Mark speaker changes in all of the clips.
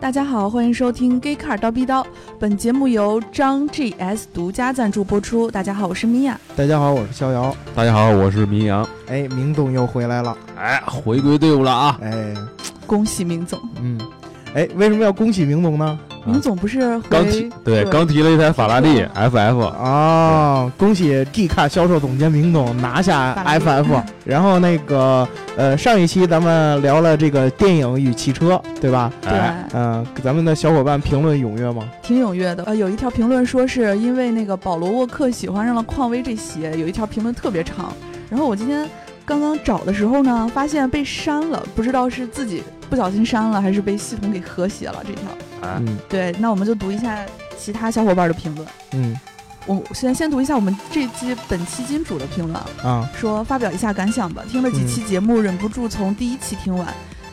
Speaker 1: 大家好，欢迎收听《Gay Car 刀逼刀》，本节目由张 GS 独家赞助播出。大家好，我是米娅。
Speaker 2: 大家好，我是逍遥。
Speaker 3: 大家好，我是明阳。
Speaker 2: 哎，明总又回来了。
Speaker 3: 哎，回归队伍了啊！
Speaker 2: 哎，
Speaker 1: 恭喜明总，
Speaker 2: 嗯，哎，为什么要恭喜明总呢？
Speaker 1: 明总不是
Speaker 3: 刚
Speaker 1: 回
Speaker 2: 哎
Speaker 3: 提对刚提了一台法拉利 FF，
Speaker 2: 哦，恭喜 G 卡销售总监明总拿下
Speaker 1: 法拉利
Speaker 2: FF。然后那个呃，上一期咱们聊了这个电影与汽车，对吧？
Speaker 3: 哎，
Speaker 1: 对
Speaker 2: 嗯、咱们的小伙伴评论踊跃吗？
Speaker 1: 挺踊跃的。呃，有一条评论说是因为那个保罗沃克喜欢上了匡威这鞋，有一条评论特别长。然后我今天刚刚找的时候呢，发现被删了，不知道是自己不小心删了，还是被系统给和谐了这条。
Speaker 3: 哎
Speaker 2: 嗯
Speaker 1: 对，那我们就读一下其他小伙伴的评论。
Speaker 2: 嗯
Speaker 1: 我先先读一下我们这期本期金主的评论，啊，
Speaker 2: 啊，
Speaker 1: 说发表一下感想吧。听了几期节目，忍不住从第一期听完，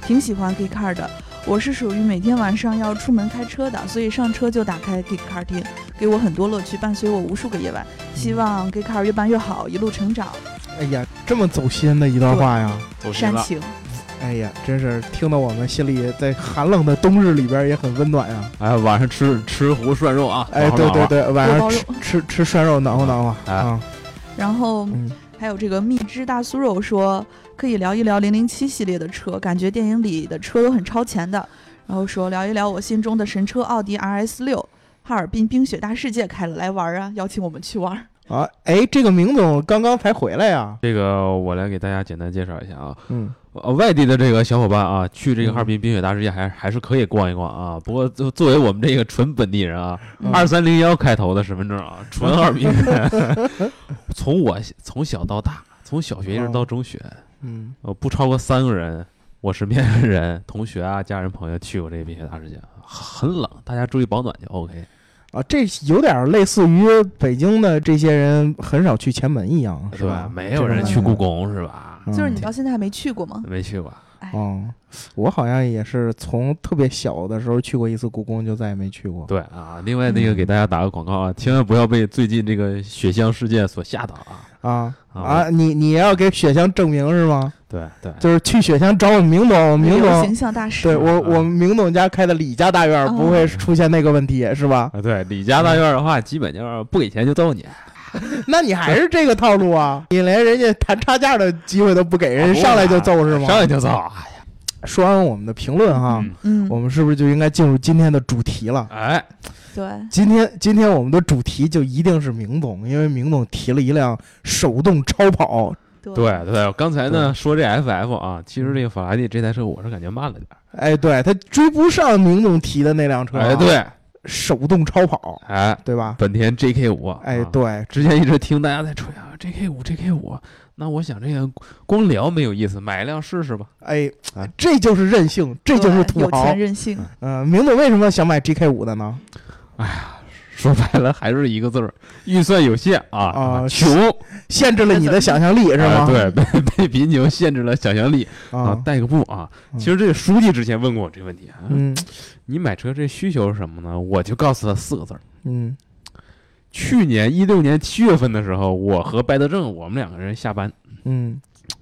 Speaker 1: 挺喜欢 Gay Car 的。我是属于每天晚上要出门开车的，所以上车就打开 Gay Car 听，给我很多乐趣，伴随我无数个夜晚。希望 Gay Car 越办越好，一路成长。
Speaker 2: 哎呀，这么走心的一段话呀！
Speaker 3: 走心
Speaker 1: 煽
Speaker 3: 了。
Speaker 1: 情，
Speaker 2: 哎呀，真是听得我们心里在寒冷的冬日里边也很温暖啊呀。
Speaker 3: 哎，晚上吃吃壶涮肉啊！
Speaker 2: 哎，
Speaker 3: 早
Speaker 2: 对
Speaker 3: 上
Speaker 2: 对
Speaker 3: 好
Speaker 2: 对，晚
Speaker 1: 锅包
Speaker 2: 上
Speaker 1: 肉
Speaker 2: 吃吃吃涮肉暖和暖和
Speaker 3: 哎
Speaker 2: 啊。
Speaker 1: 然后
Speaker 2: 嗯。
Speaker 1: 还有这个蜜汁大酥肉说可以聊一聊零零七系列的车，感觉电影里的车都很超前的。然后说聊一聊我心中的神车奥迪 RS 六，哈尔滨冰雪大世界开了来玩啊，邀请我们去玩儿。
Speaker 2: 啊，哎，这个明总刚刚才回来呀。
Speaker 3: 这个我来给大家简单介绍一下啊，
Speaker 2: 嗯，
Speaker 3: 呃外地的这个小伙伴啊，去这个哈尔滨冰雪大世界还还是可以逛一逛啊。不过作作为我们这个纯本地人啊，
Speaker 1: 嗯
Speaker 3: 二三零幺开头的身份证啊，纯哈尔滨人。 从我从小到大，从小学一
Speaker 2: 哦
Speaker 3: 直到中学，
Speaker 2: 嗯，
Speaker 3: 呃，不超过三个人，我身边的人、同学啊、家人、朋友去过这个冰雪大世界，很冷，大家注意保暖就 OK。
Speaker 2: 啊，这有点类似于北京的这些人很少去前门一样，是
Speaker 3: 是吧
Speaker 2: 吧？？
Speaker 3: 没有人去故宫是吧？
Speaker 2: 嗯
Speaker 1: 就是你到现在还没去过吗？
Speaker 3: 没去过。
Speaker 2: 嗯，我好像也是从特别小的时候去过一次故宫，就再也没去过。
Speaker 3: 对啊，另外那个给大家打个广告啊，千万不要被最近这个雪乡事件所吓到啊！
Speaker 2: 啊
Speaker 3: 啊
Speaker 2: 啊，你你要给雪乡证明是吗？
Speaker 3: 对对，
Speaker 2: 就是去雪乡找我们明总，明
Speaker 1: 旅游
Speaker 2: 总
Speaker 1: 形，象大使
Speaker 2: 对我
Speaker 3: 嗯
Speaker 2: 我们明总家开的李家大院
Speaker 1: 哦
Speaker 2: 不会出现那个问题是吧？
Speaker 3: 啊对，李家大院的话，基本就是不给钱就揍你，
Speaker 2: 那你还是这个套路 啊？你连人家谈差价的机会都不给，人
Speaker 3: 啊
Speaker 2: 家上来就揍是吗？
Speaker 3: 上来就揍。哎呀，
Speaker 2: 说完我们的评论哈，
Speaker 3: 嗯
Speaker 1: 嗯
Speaker 2: 我，们是不是就应该进入今天的主题了？
Speaker 3: 哎，
Speaker 1: 对，
Speaker 2: 今天今天我们的主题就一定是明总，因为明总提了一辆手动超跑，
Speaker 3: 对对，刚才呢说这 FF 啊，其实这个法拉利这台车我是感觉慢了点儿，
Speaker 2: 哎，对他追不上明总提的那辆车、啊
Speaker 3: 哎，对，
Speaker 2: 手动超跑，
Speaker 3: 哎，
Speaker 2: 对吧？
Speaker 3: 本田 JK 五，
Speaker 2: 哎，
Speaker 3: 啊
Speaker 2: 对，
Speaker 3: 之前一直听大家在吹啊，JK 五 JK 五，那我想这个光聊没有意思，买一辆试试吧。
Speaker 2: 哎
Speaker 3: 哎，
Speaker 2: 这就是任性，这就是
Speaker 1: 对
Speaker 2: 土
Speaker 1: 有
Speaker 2: 豪
Speaker 1: 钱。任性。
Speaker 2: 嗯、明总为什么想买 GK 五的呢？
Speaker 3: 哎说白了还是一个字儿，预算有限啊，
Speaker 2: 啊
Speaker 3: 穷
Speaker 2: 限制了你的想象力是吗？
Speaker 3: 啊对， 被被贫穷限制了想象力啊
Speaker 2: 啊，，
Speaker 3: 带个步啊。
Speaker 2: 嗯
Speaker 3: 其实这个书记之前问过我这个问题啊，
Speaker 2: 嗯
Speaker 3: 你买车这需求是什么呢？我就告诉他四个字儿。
Speaker 2: 嗯
Speaker 3: 去年一六年七月份的时候，我和白德正我们两个人下班，
Speaker 2: 嗯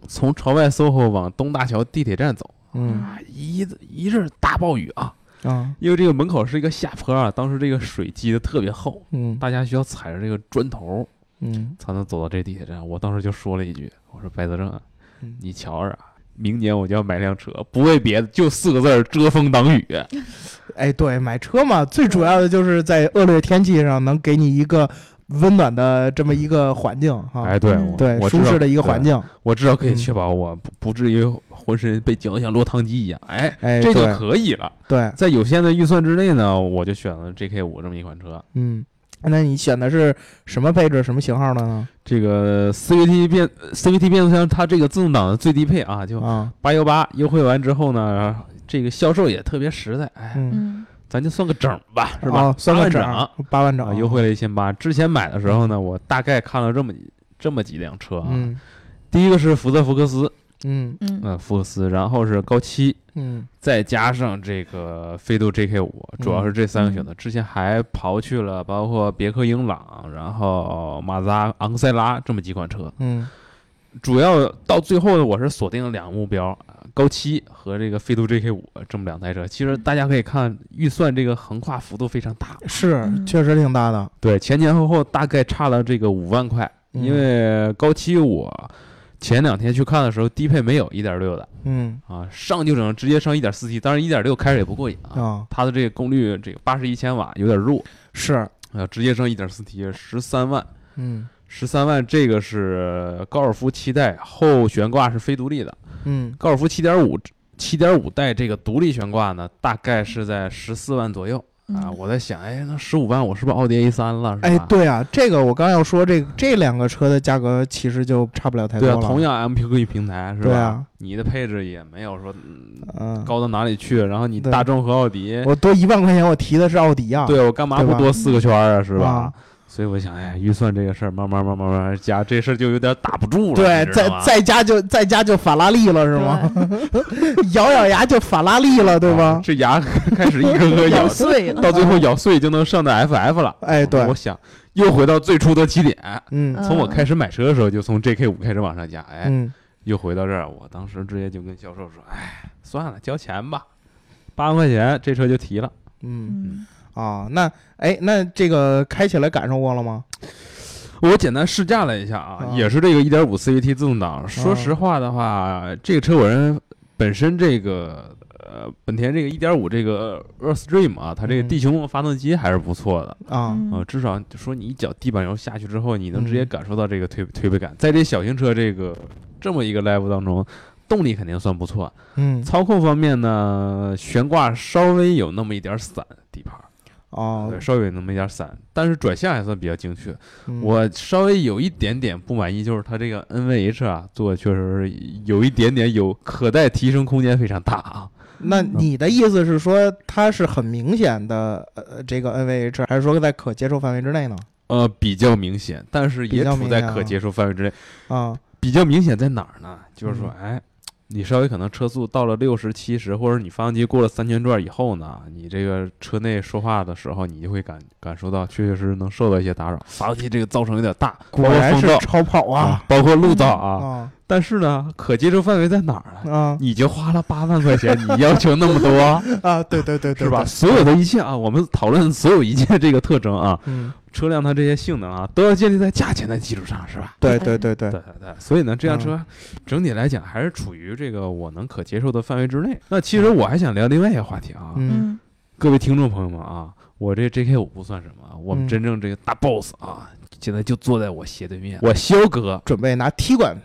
Speaker 3: 从朝外 SOHO 往东大桥地铁站走
Speaker 2: 嗯
Speaker 3: 啊，一一阵大暴雨啊，
Speaker 2: 啊
Speaker 3: 因为这个门口是一个下坡啊，当时这个水积的特别厚，
Speaker 2: 嗯
Speaker 3: 大家需要踩着这个砖头
Speaker 2: 嗯
Speaker 3: 才能走到这地铁站。我当时就说了一句：“我说白泽正啊，
Speaker 2: 嗯
Speaker 3: 你瞧着啊，明年我就要买辆车，不为别的，就四个字儿遮风挡雨。
Speaker 2: 哎，对，买车嘛，最主要的就是在恶劣天气上能给你一个温暖的这么一个环境哈。
Speaker 3: 哎，对，
Speaker 1: 嗯
Speaker 3: 我
Speaker 2: 对，
Speaker 3: 我知
Speaker 2: 舒
Speaker 3: 道
Speaker 2: 适的一个环，境。
Speaker 3: 对我至少可以
Speaker 2: 嗯
Speaker 3: 确保我不不至于浑身被搅得像落汤鸡一样。哎，
Speaker 2: 哎，
Speaker 3: 这就
Speaker 2: 对
Speaker 3: 可以了，
Speaker 2: 对，
Speaker 3: 在有限的预算之内呢，我就选了 JK 五这么一款车。
Speaker 2: 嗯，那你选的是什么配置、什么型号的呢？
Speaker 3: 这个 CVT 变 CVT 变速箱，它这个自动挡的最低配啊，就
Speaker 2: 啊，
Speaker 3: 八幺八优惠完之后呢，这个销售也特别实在，哎，
Speaker 2: 嗯，
Speaker 1: 嗯，
Speaker 3: 咱就算个整儿吧，是吧？
Speaker 2: 哦算个
Speaker 3: 八万
Speaker 2: 整
Speaker 3: 整
Speaker 2: 儿，八万整
Speaker 3: 啊，
Speaker 2: 儿
Speaker 3: 优。惠了一千八。之前买的时候呢，我大概看了这么几这么几辆车啊，
Speaker 2: 嗯
Speaker 3: 第一个是福特福克斯，
Speaker 2: 嗯
Speaker 1: 嗯，
Speaker 3: 嗯，福克斯，然后是高七，
Speaker 2: 嗯
Speaker 3: 再加上这个飞度 JK 五，主要是这三个选择。之前还刨去了包括别克英朗，然后马自达昂克赛拉这么几款车。
Speaker 2: 嗯
Speaker 3: 主要到最后呢，我是锁定了两个目标，呃高七和这个飞度 JK 五这么两台车。其实大家可以看，预算这个横跨幅度非常大，
Speaker 2: 是
Speaker 1: 嗯
Speaker 2: 确实挺大的，
Speaker 3: 对，前前后后大概差了这个五万块，
Speaker 2: 嗯
Speaker 3: 因为高七我前两天去看的时候，低配没有一点六的
Speaker 2: 嗯
Speaker 3: 啊，上就只能直接上一点四 T，当然一点六开着也不过瘾啊，
Speaker 2: 啊
Speaker 3: 它的这个功率这个八十一千瓦有点弱，
Speaker 2: 是，
Speaker 3: 啊，直接上一点四 T 十三万，
Speaker 2: 嗯
Speaker 3: 十三万这个是高尔夫七代后悬挂是非独立的，
Speaker 2: 嗯
Speaker 3: 高尔夫七点五七点五代这个独立悬挂呢，大概是在十四万左右。啊，
Speaker 1: 嗯
Speaker 3: 我在想，哎，那十五万我是不是奥迪 A 三了？是吧
Speaker 2: 哎，对啊，这个我刚要说，这这两个车的价格其实就差不了太多
Speaker 3: 对啊，
Speaker 2: 了。
Speaker 3: 同样 MPV 平台是
Speaker 2: 对
Speaker 3: 吧？
Speaker 2: 啊
Speaker 3: 你的配置也没有说嗯
Speaker 2: 嗯，
Speaker 3: 高到哪里去，然后你
Speaker 2: 对
Speaker 3: 大众和奥迪，
Speaker 2: 我多一万块钱，我提的是奥迪啊，
Speaker 3: 对我干嘛
Speaker 2: 对
Speaker 3: 不
Speaker 2: 吧
Speaker 3: 多四个圈儿啊？是吧
Speaker 2: 啊？
Speaker 3: 所以我想，哎，预算这个事儿，慢慢慢慢慢慢加，这事儿就有点打不住了。
Speaker 2: 对
Speaker 3: 你，知道
Speaker 2: 在
Speaker 3: 吗
Speaker 2: 在家就在家就法拉利了是吗？
Speaker 1: 对
Speaker 2: 咬咬牙就法拉利了，对
Speaker 3: 啊
Speaker 2: 吧？
Speaker 3: 这牙开始一颗 颗咬
Speaker 1: 咬，碎了，
Speaker 3: 到最后咬碎就能上到 FF 了。
Speaker 2: 哎，对
Speaker 3: 嗯我，想又回到最初的起点，
Speaker 2: 嗯
Speaker 1: 嗯
Speaker 3: 从我开始买车的时候就从 JK 五开始往上加，哎，
Speaker 2: 嗯，
Speaker 3: 又回到这儿，我当时直接就跟销售说，哎，算了，交钱吧，八万块钱这车就提了。
Speaker 2: 嗯
Speaker 1: 嗯
Speaker 2: 啊，那哎，那这个开起来感受过了吗？
Speaker 3: 我简单试驾了一下啊，
Speaker 2: 啊
Speaker 3: 也是这个1.5 CVT 自动挡。
Speaker 2: 嗯
Speaker 3: 说实话的话，这个车我认为本身这个呃本田这个1.5这个 Earthstream 啊，它这个
Speaker 2: 嗯
Speaker 3: 地球梦发动机还是不错的。
Speaker 2: 啊，
Speaker 1: 嗯
Speaker 3: 呃，至少说你一脚地板油下去之后，你能直接
Speaker 2: 嗯
Speaker 3: 感受到这个推推背感。在这小型车这个这么一个 level 当中，动力肯定算不错。
Speaker 2: 嗯，
Speaker 3: 操控方面呢，悬挂稍微有那么一点散，底盘儿
Speaker 2: 哦
Speaker 3: 对，，稍微有那么一点散，但是转向还算比较精确。
Speaker 2: 嗯
Speaker 3: 我稍微有一点点不满意，就是它这个 NVH 啊，做的确实是有一点点有可待提升空间非常大啊。
Speaker 2: 那
Speaker 1: 嗯
Speaker 2: 你的意思是说它是很明显的呃这个 NVH，还是说在可接受范围之内呢？
Speaker 3: 呃，比较明显，但是
Speaker 2: 比
Speaker 3: 也
Speaker 2: 较
Speaker 3: 处
Speaker 2: 明
Speaker 3: 在
Speaker 2: 显啊
Speaker 3: 可接受范围之内。
Speaker 2: 啊，
Speaker 3: 比较明显在哪儿呢？就是说，哎，你稍微可能车速到了六十、七十，或者你发动机过了三千转以后呢，你这个车内说话的时候，你就会感感受到确确实实能受到一些打扰，发动机这个噪声有点大，
Speaker 2: 果然
Speaker 3: 包括
Speaker 2: 是
Speaker 3: 风
Speaker 2: 超跑
Speaker 3: 噪
Speaker 2: 啊，
Speaker 3: 包括路噪啊。
Speaker 2: 啊
Speaker 3: 但是呢，可接受范围在哪儿呢？
Speaker 2: 啊
Speaker 3: 你就花了八万块 钱，你要求那么多，
Speaker 2: 啊！对对对对，
Speaker 3: 是吧？
Speaker 2: 对？
Speaker 3: 所有的一切啊，我们讨论所有一切这个特征啊，
Speaker 2: 嗯，
Speaker 3: 车辆它这些性能啊，都要建立在价钱的基础上，是吧？
Speaker 2: 对对对对，啊
Speaker 3: 对对对，哎嗯所以呢，这辆车整体来讲还是处于这个我能可接受的范围之内。那其实我还想聊另外一个话题啊，
Speaker 2: 嗯
Speaker 1: 嗯
Speaker 3: 各位听众朋友们啊，我这 JK 五不算什么，我们
Speaker 2: 嗯
Speaker 3: 真正这个大 boss 啊，现在就坐在我斜对面，我肖哥。
Speaker 2: 准备拿踢馆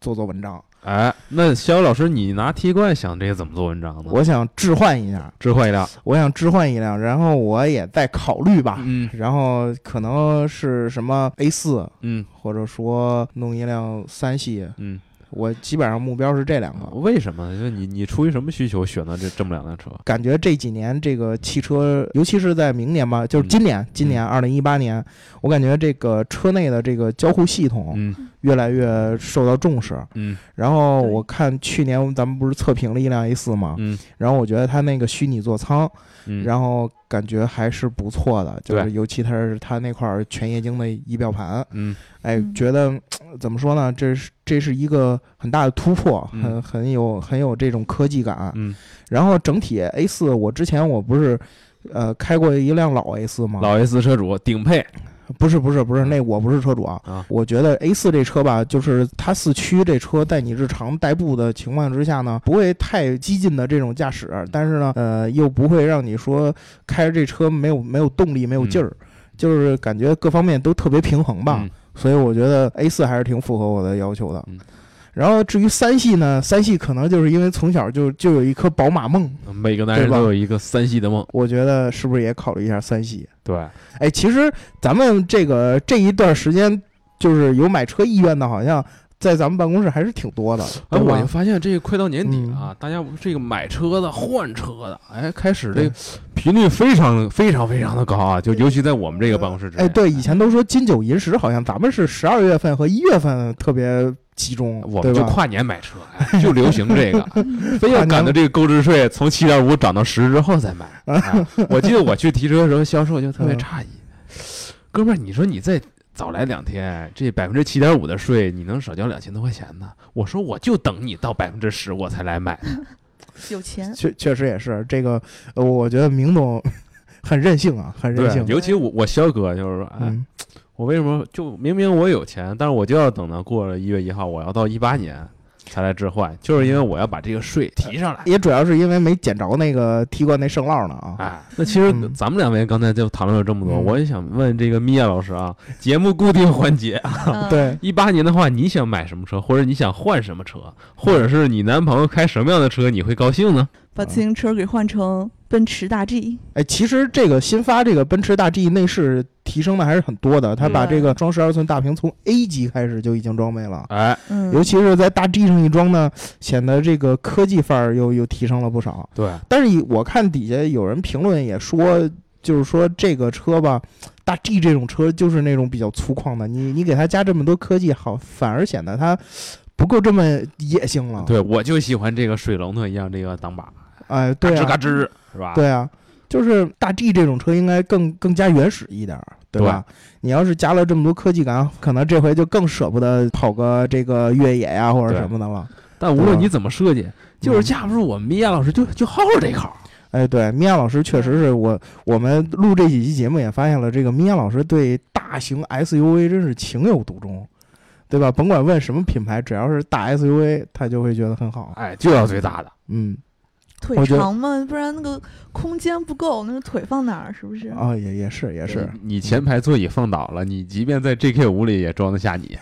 Speaker 2: 做做文章，
Speaker 3: 哎，那肖老师，你拿 T 冠想这个怎么做文章呢？
Speaker 2: 我想置换一下，
Speaker 3: 置换一辆，
Speaker 2: 我想置换一辆，然后我也在考虑吧，
Speaker 3: 嗯
Speaker 2: 然后可能是什么 A 四，
Speaker 3: 嗯
Speaker 2: 或者说弄一辆三系，
Speaker 3: 嗯，
Speaker 2: 我基本上目标是这两个。
Speaker 3: 为什么呢？就你你出于什么需求选择这这么两辆车？
Speaker 2: 感觉这几年这个汽车，尤其是在明年吧，就是今年，今年二零一八年，我感觉这个车内的这个交互系统
Speaker 3: 嗯
Speaker 2: 越来越受到重视。
Speaker 3: 嗯
Speaker 2: 然后
Speaker 1: 对
Speaker 2: 我看去年咱们不是测评了一辆 A 四嘛，
Speaker 3: 嗯
Speaker 2: 然后我觉得它那个虚拟座舱，
Speaker 3: 嗯，
Speaker 2: 然后感觉还是不错的，就
Speaker 3: 对
Speaker 2: 是尤其它是它那块儿全液晶的仪表盘，
Speaker 3: 嗯
Speaker 2: 哎，
Speaker 1: 嗯
Speaker 2: 觉得嘖怎么说呢？这是这是一个很大的突破，
Speaker 3: 嗯
Speaker 2: 很很有很有这种科技感。
Speaker 3: 嗯，
Speaker 2: 然后整体 A 四，我之前我不是呃开过一辆老 A 四吗？
Speaker 3: 嗯老 S 车主顶配
Speaker 2: 不是不是不是，
Speaker 3: 嗯
Speaker 2: 那我不是车主啊。
Speaker 3: 啊，
Speaker 2: 我觉得 A 四这车吧，就是它四驱这车，在你日常代步的情况之下呢，不会太激进的这种驾驶，但是呢，呃，又不会让你说开着这车没有没有动力、没有劲儿，就是感觉各方面都特别平衡吧。
Speaker 3: 嗯
Speaker 2: 所以我觉得 A 四还是挺符合我的要求的。
Speaker 3: 嗯
Speaker 2: 然后至于三系呢，三系可能就是因为从小就就有一颗宝马梦，
Speaker 3: 每个男人
Speaker 2: 对吧
Speaker 3: 都有一个三系的梦，
Speaker 2: 我觉得是不是也考虑一下三系？
Speaker 3: 对，
Speaker 2: 哎，其实咱们这个这一段时间，就是有买车意愿的，好像在咱们办公室还是挺多的。
Speaker 3: 哎，
Speaker 2: 对吧
Speaker 3: 我就发现这个快到年底了啊，
Speaker 2: 嗯
Speaker 3: 大家这个买车的、换车的，哎，开始这个频率非常、非常、非常的高啊！就尤其在我们这个办公室之内。
Speaker 2: 哎，对，以前都说金九银十，好像咱们是十二月份和一月份特别集中，
Speaker 3: 我
Speaker 2: 对
Speaker 3: 们就
Speaker 2: 吧？
Speaker 3: 跨年买车，哎就流行 这个，非要
Speaker 2: 跨年
Speaker 3: 赶到这个购置税从七点五涨到十之后 再买、
Speaker 2: 啊嗯
Speaker 3: 哎我记得我去提车的时候，销售就特别诧异：“哥们儿，你说你在早来两天，这百分之七点五的税，你能少交两千多块钱呢？我说我就等你到百分之十我才来买，
Speaker 1: 有 钱，
Speaker 2: 确确实也是这个，呃我觉得明总 很任性啊，很任
Speaker 3: 对，
Speaker 2: 性。
Speaker 3: 尤其我我肖哥就是说，哎，
Speaker 2: 嗯，
Speaker 3: 我为什么就明明我有钱，但是我就要等到过了一月一号，我要到一八年才来置换，就是因为我要把这个税提上来。
Speaker 2: 也主要是因为没捡着那个踢罐那圣烙呢啊。
Speaker 3: 哎，那其实
Speaker 2: 嗯
Speaker 3: 咱们两位刚才就讨论了这么多，
Speaker 2: 嗯
Speaker 3: 我也想问这个米娅老师啊，节目固定环节，啊
Speaker 1: 嗯、
Speaker 2: 对，
Speaker 3: 一八年的话，你想买什么车，或者你想换什么车，或者是你男朋友开什么样的车，你会高兴呢？
Speaker 1: 把自行车给换成奔驰大 G，
Speaker 2: 哎，其实这个新发这个奔驰大 G 内饰提升的还是很多的，它把这个装十二寸大屏从 A 级开始就已经装备了。
Speaker 3: 哎，
Speaker 1: 嗯，
Speaker 2: 尤其是在大 G 上一装呢，显得这个科技范儿又又提升了不少。
Speaker 3: 对，
Speaker 2: 但是以我看底下有人评论也说，就是说这个车吧，大 G 这种车就是那种比较粗犷的，你你给它加这么多科技，好反而显得它不够这么野性了。，
Speaker 3: 对我就喜欢这个水龙头一样这个挡把，
Speaker 2: 哎，
Speaker 3: 嘎
Speaker 2: 对
Speaker 3: 吱嘎
Speaker 2: 啊，
Speaker 3: 吱，是吧？
Speaker 2: 对啊，就是大 G 这种车应该更更加原始一点儿，对吧？你要是加了这么多科技感，可能这回就更舍不得跑个这个越野呀、或者
Speaker 3: 对
Speaker 2: 什么的了。
Speaker 3: 但无论你怎么设计，就是架不住我们米娅老师就就好这口。
Speaker 2: 哎，对，米娅老师确实是我，我们录这几期节目也发现了，这个米娅老师对大型 SUV 真是情有独钟，对吧？甭管问什么品牌，只要是大 SUV，他就会觉得很好。
Speaker 3: 哎，就要最大的。
Speaker 2: 嗯，
Speaker 1: 腿
Speaker 2: 我觉得
Speaker 1: 长嘛，不然那个空间不够，那个腿放哪儿？是不是？
Speaker 2: 哦，也也是也是，
Speaker 3: 你前排座椅放倒了，你即便在 JK 五里也装得下 你。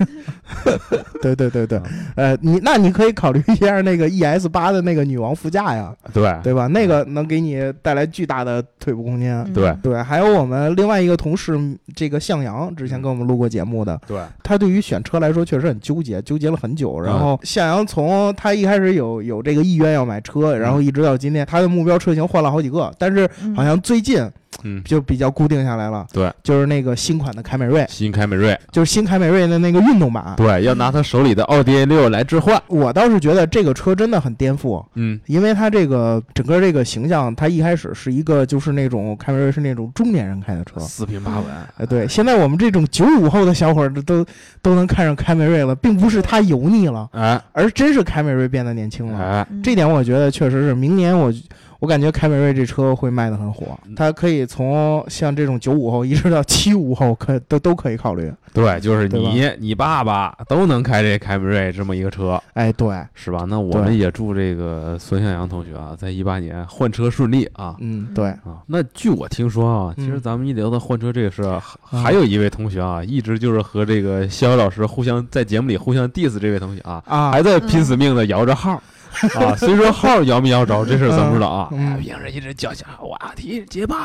Speaker 2: 对对对对
Speaker 3: 啊，
Speaker 2: 呃，你那你可以考虑一下那个 ES 八的那个女王副驾呀，
Speaker 3: 对
Speaker 2: 对吧？那个能给你带来巨大的腿部空间。
Speaker 1: 嗯
Speaker 3: 对
Speaker 2: 对，还有我们另外一个同事，这个向阳之
Speaker 3: 嗯
Speaker 2: 前跟我们录过节目的，
Speaker 3: 对，
Speaker 2: 他对于选车来说确实很纠结，纠结了很久。然
Speaker 3: 嗯
Speaker 2: 后向阳从他一开始有有这个意愿要买车，然
Speaker 3: 嗯
Speaker 2: 后一直到今天，他的目标车型换了好几个，但是
Speaker 1: 嗯
Speaker 2: 好像最近
Speaker 3: 嗯，
Speaker 2: 就比较固定下来了。
Speaker 3: 对，
Speaker 2: 就是那个新款的凯美瑞，
Speaker 3: 新凯美瑞，
Speaker 2: 就是新凯美瑞的那个运动版。
Speaker 3: 对，要拿他手里的奥迪 A 六来置换。
Speaker 2: 我倒是觉得这个车真的很颠覆，
Speaker 3: 嗯，
Speaker 2: 因为它这个整个这个形象，它一开始是一个就是那种凯美瑞是那种中年人开的车，
Speaker 3: 四平八稳。
Speaker 2: 哎，对，现在我们这种九五后的小伙儿都都能看上凯美瑞了，并不是它油腻了，
Speaker 3: 哎
Speaker 2: 而真是凯美瑞变得年轻了。
Speaker 3: 哎，
Speaker 1: 嗯
Speaker 2: 这点我觉得确实是，明年我我感觉凯美瑞这车会卖得很火，它可以从像这种九五后一直到七五后可都都可以考虑。
Speaker 3: 对，就是
Speaker 2: 对吧
Speaker 3: 你、你爸爸都能开这凯美瑞这么一个车，
Speaker 2: 哎，对，
Speaker 3: 是吧？那我们
Speaker 2: 对
Speaker 3: 也祝这个孙向阳同学啊，在一八年换车顺利啊。
Speaker 2: 嗯，对，
Speaker 3: 啊，那据我听说啊，其实
Speaker 2: 嗯
Speaker 3: 咱们一聊到换车这个事儿啊，还还有一位同学啊，一直就是和这个逍遥老师互相在节目里互相 diss 这位同学啊，
Speaker 2: 啊
Speaker 3: 还，在拼死命的摇着号。啊，虽说号摇没摇着，这事儿咱不知道啊。
Speaker 2: 嗯
Speaker 3: 哎平时一直叫嚣我要提捷豹，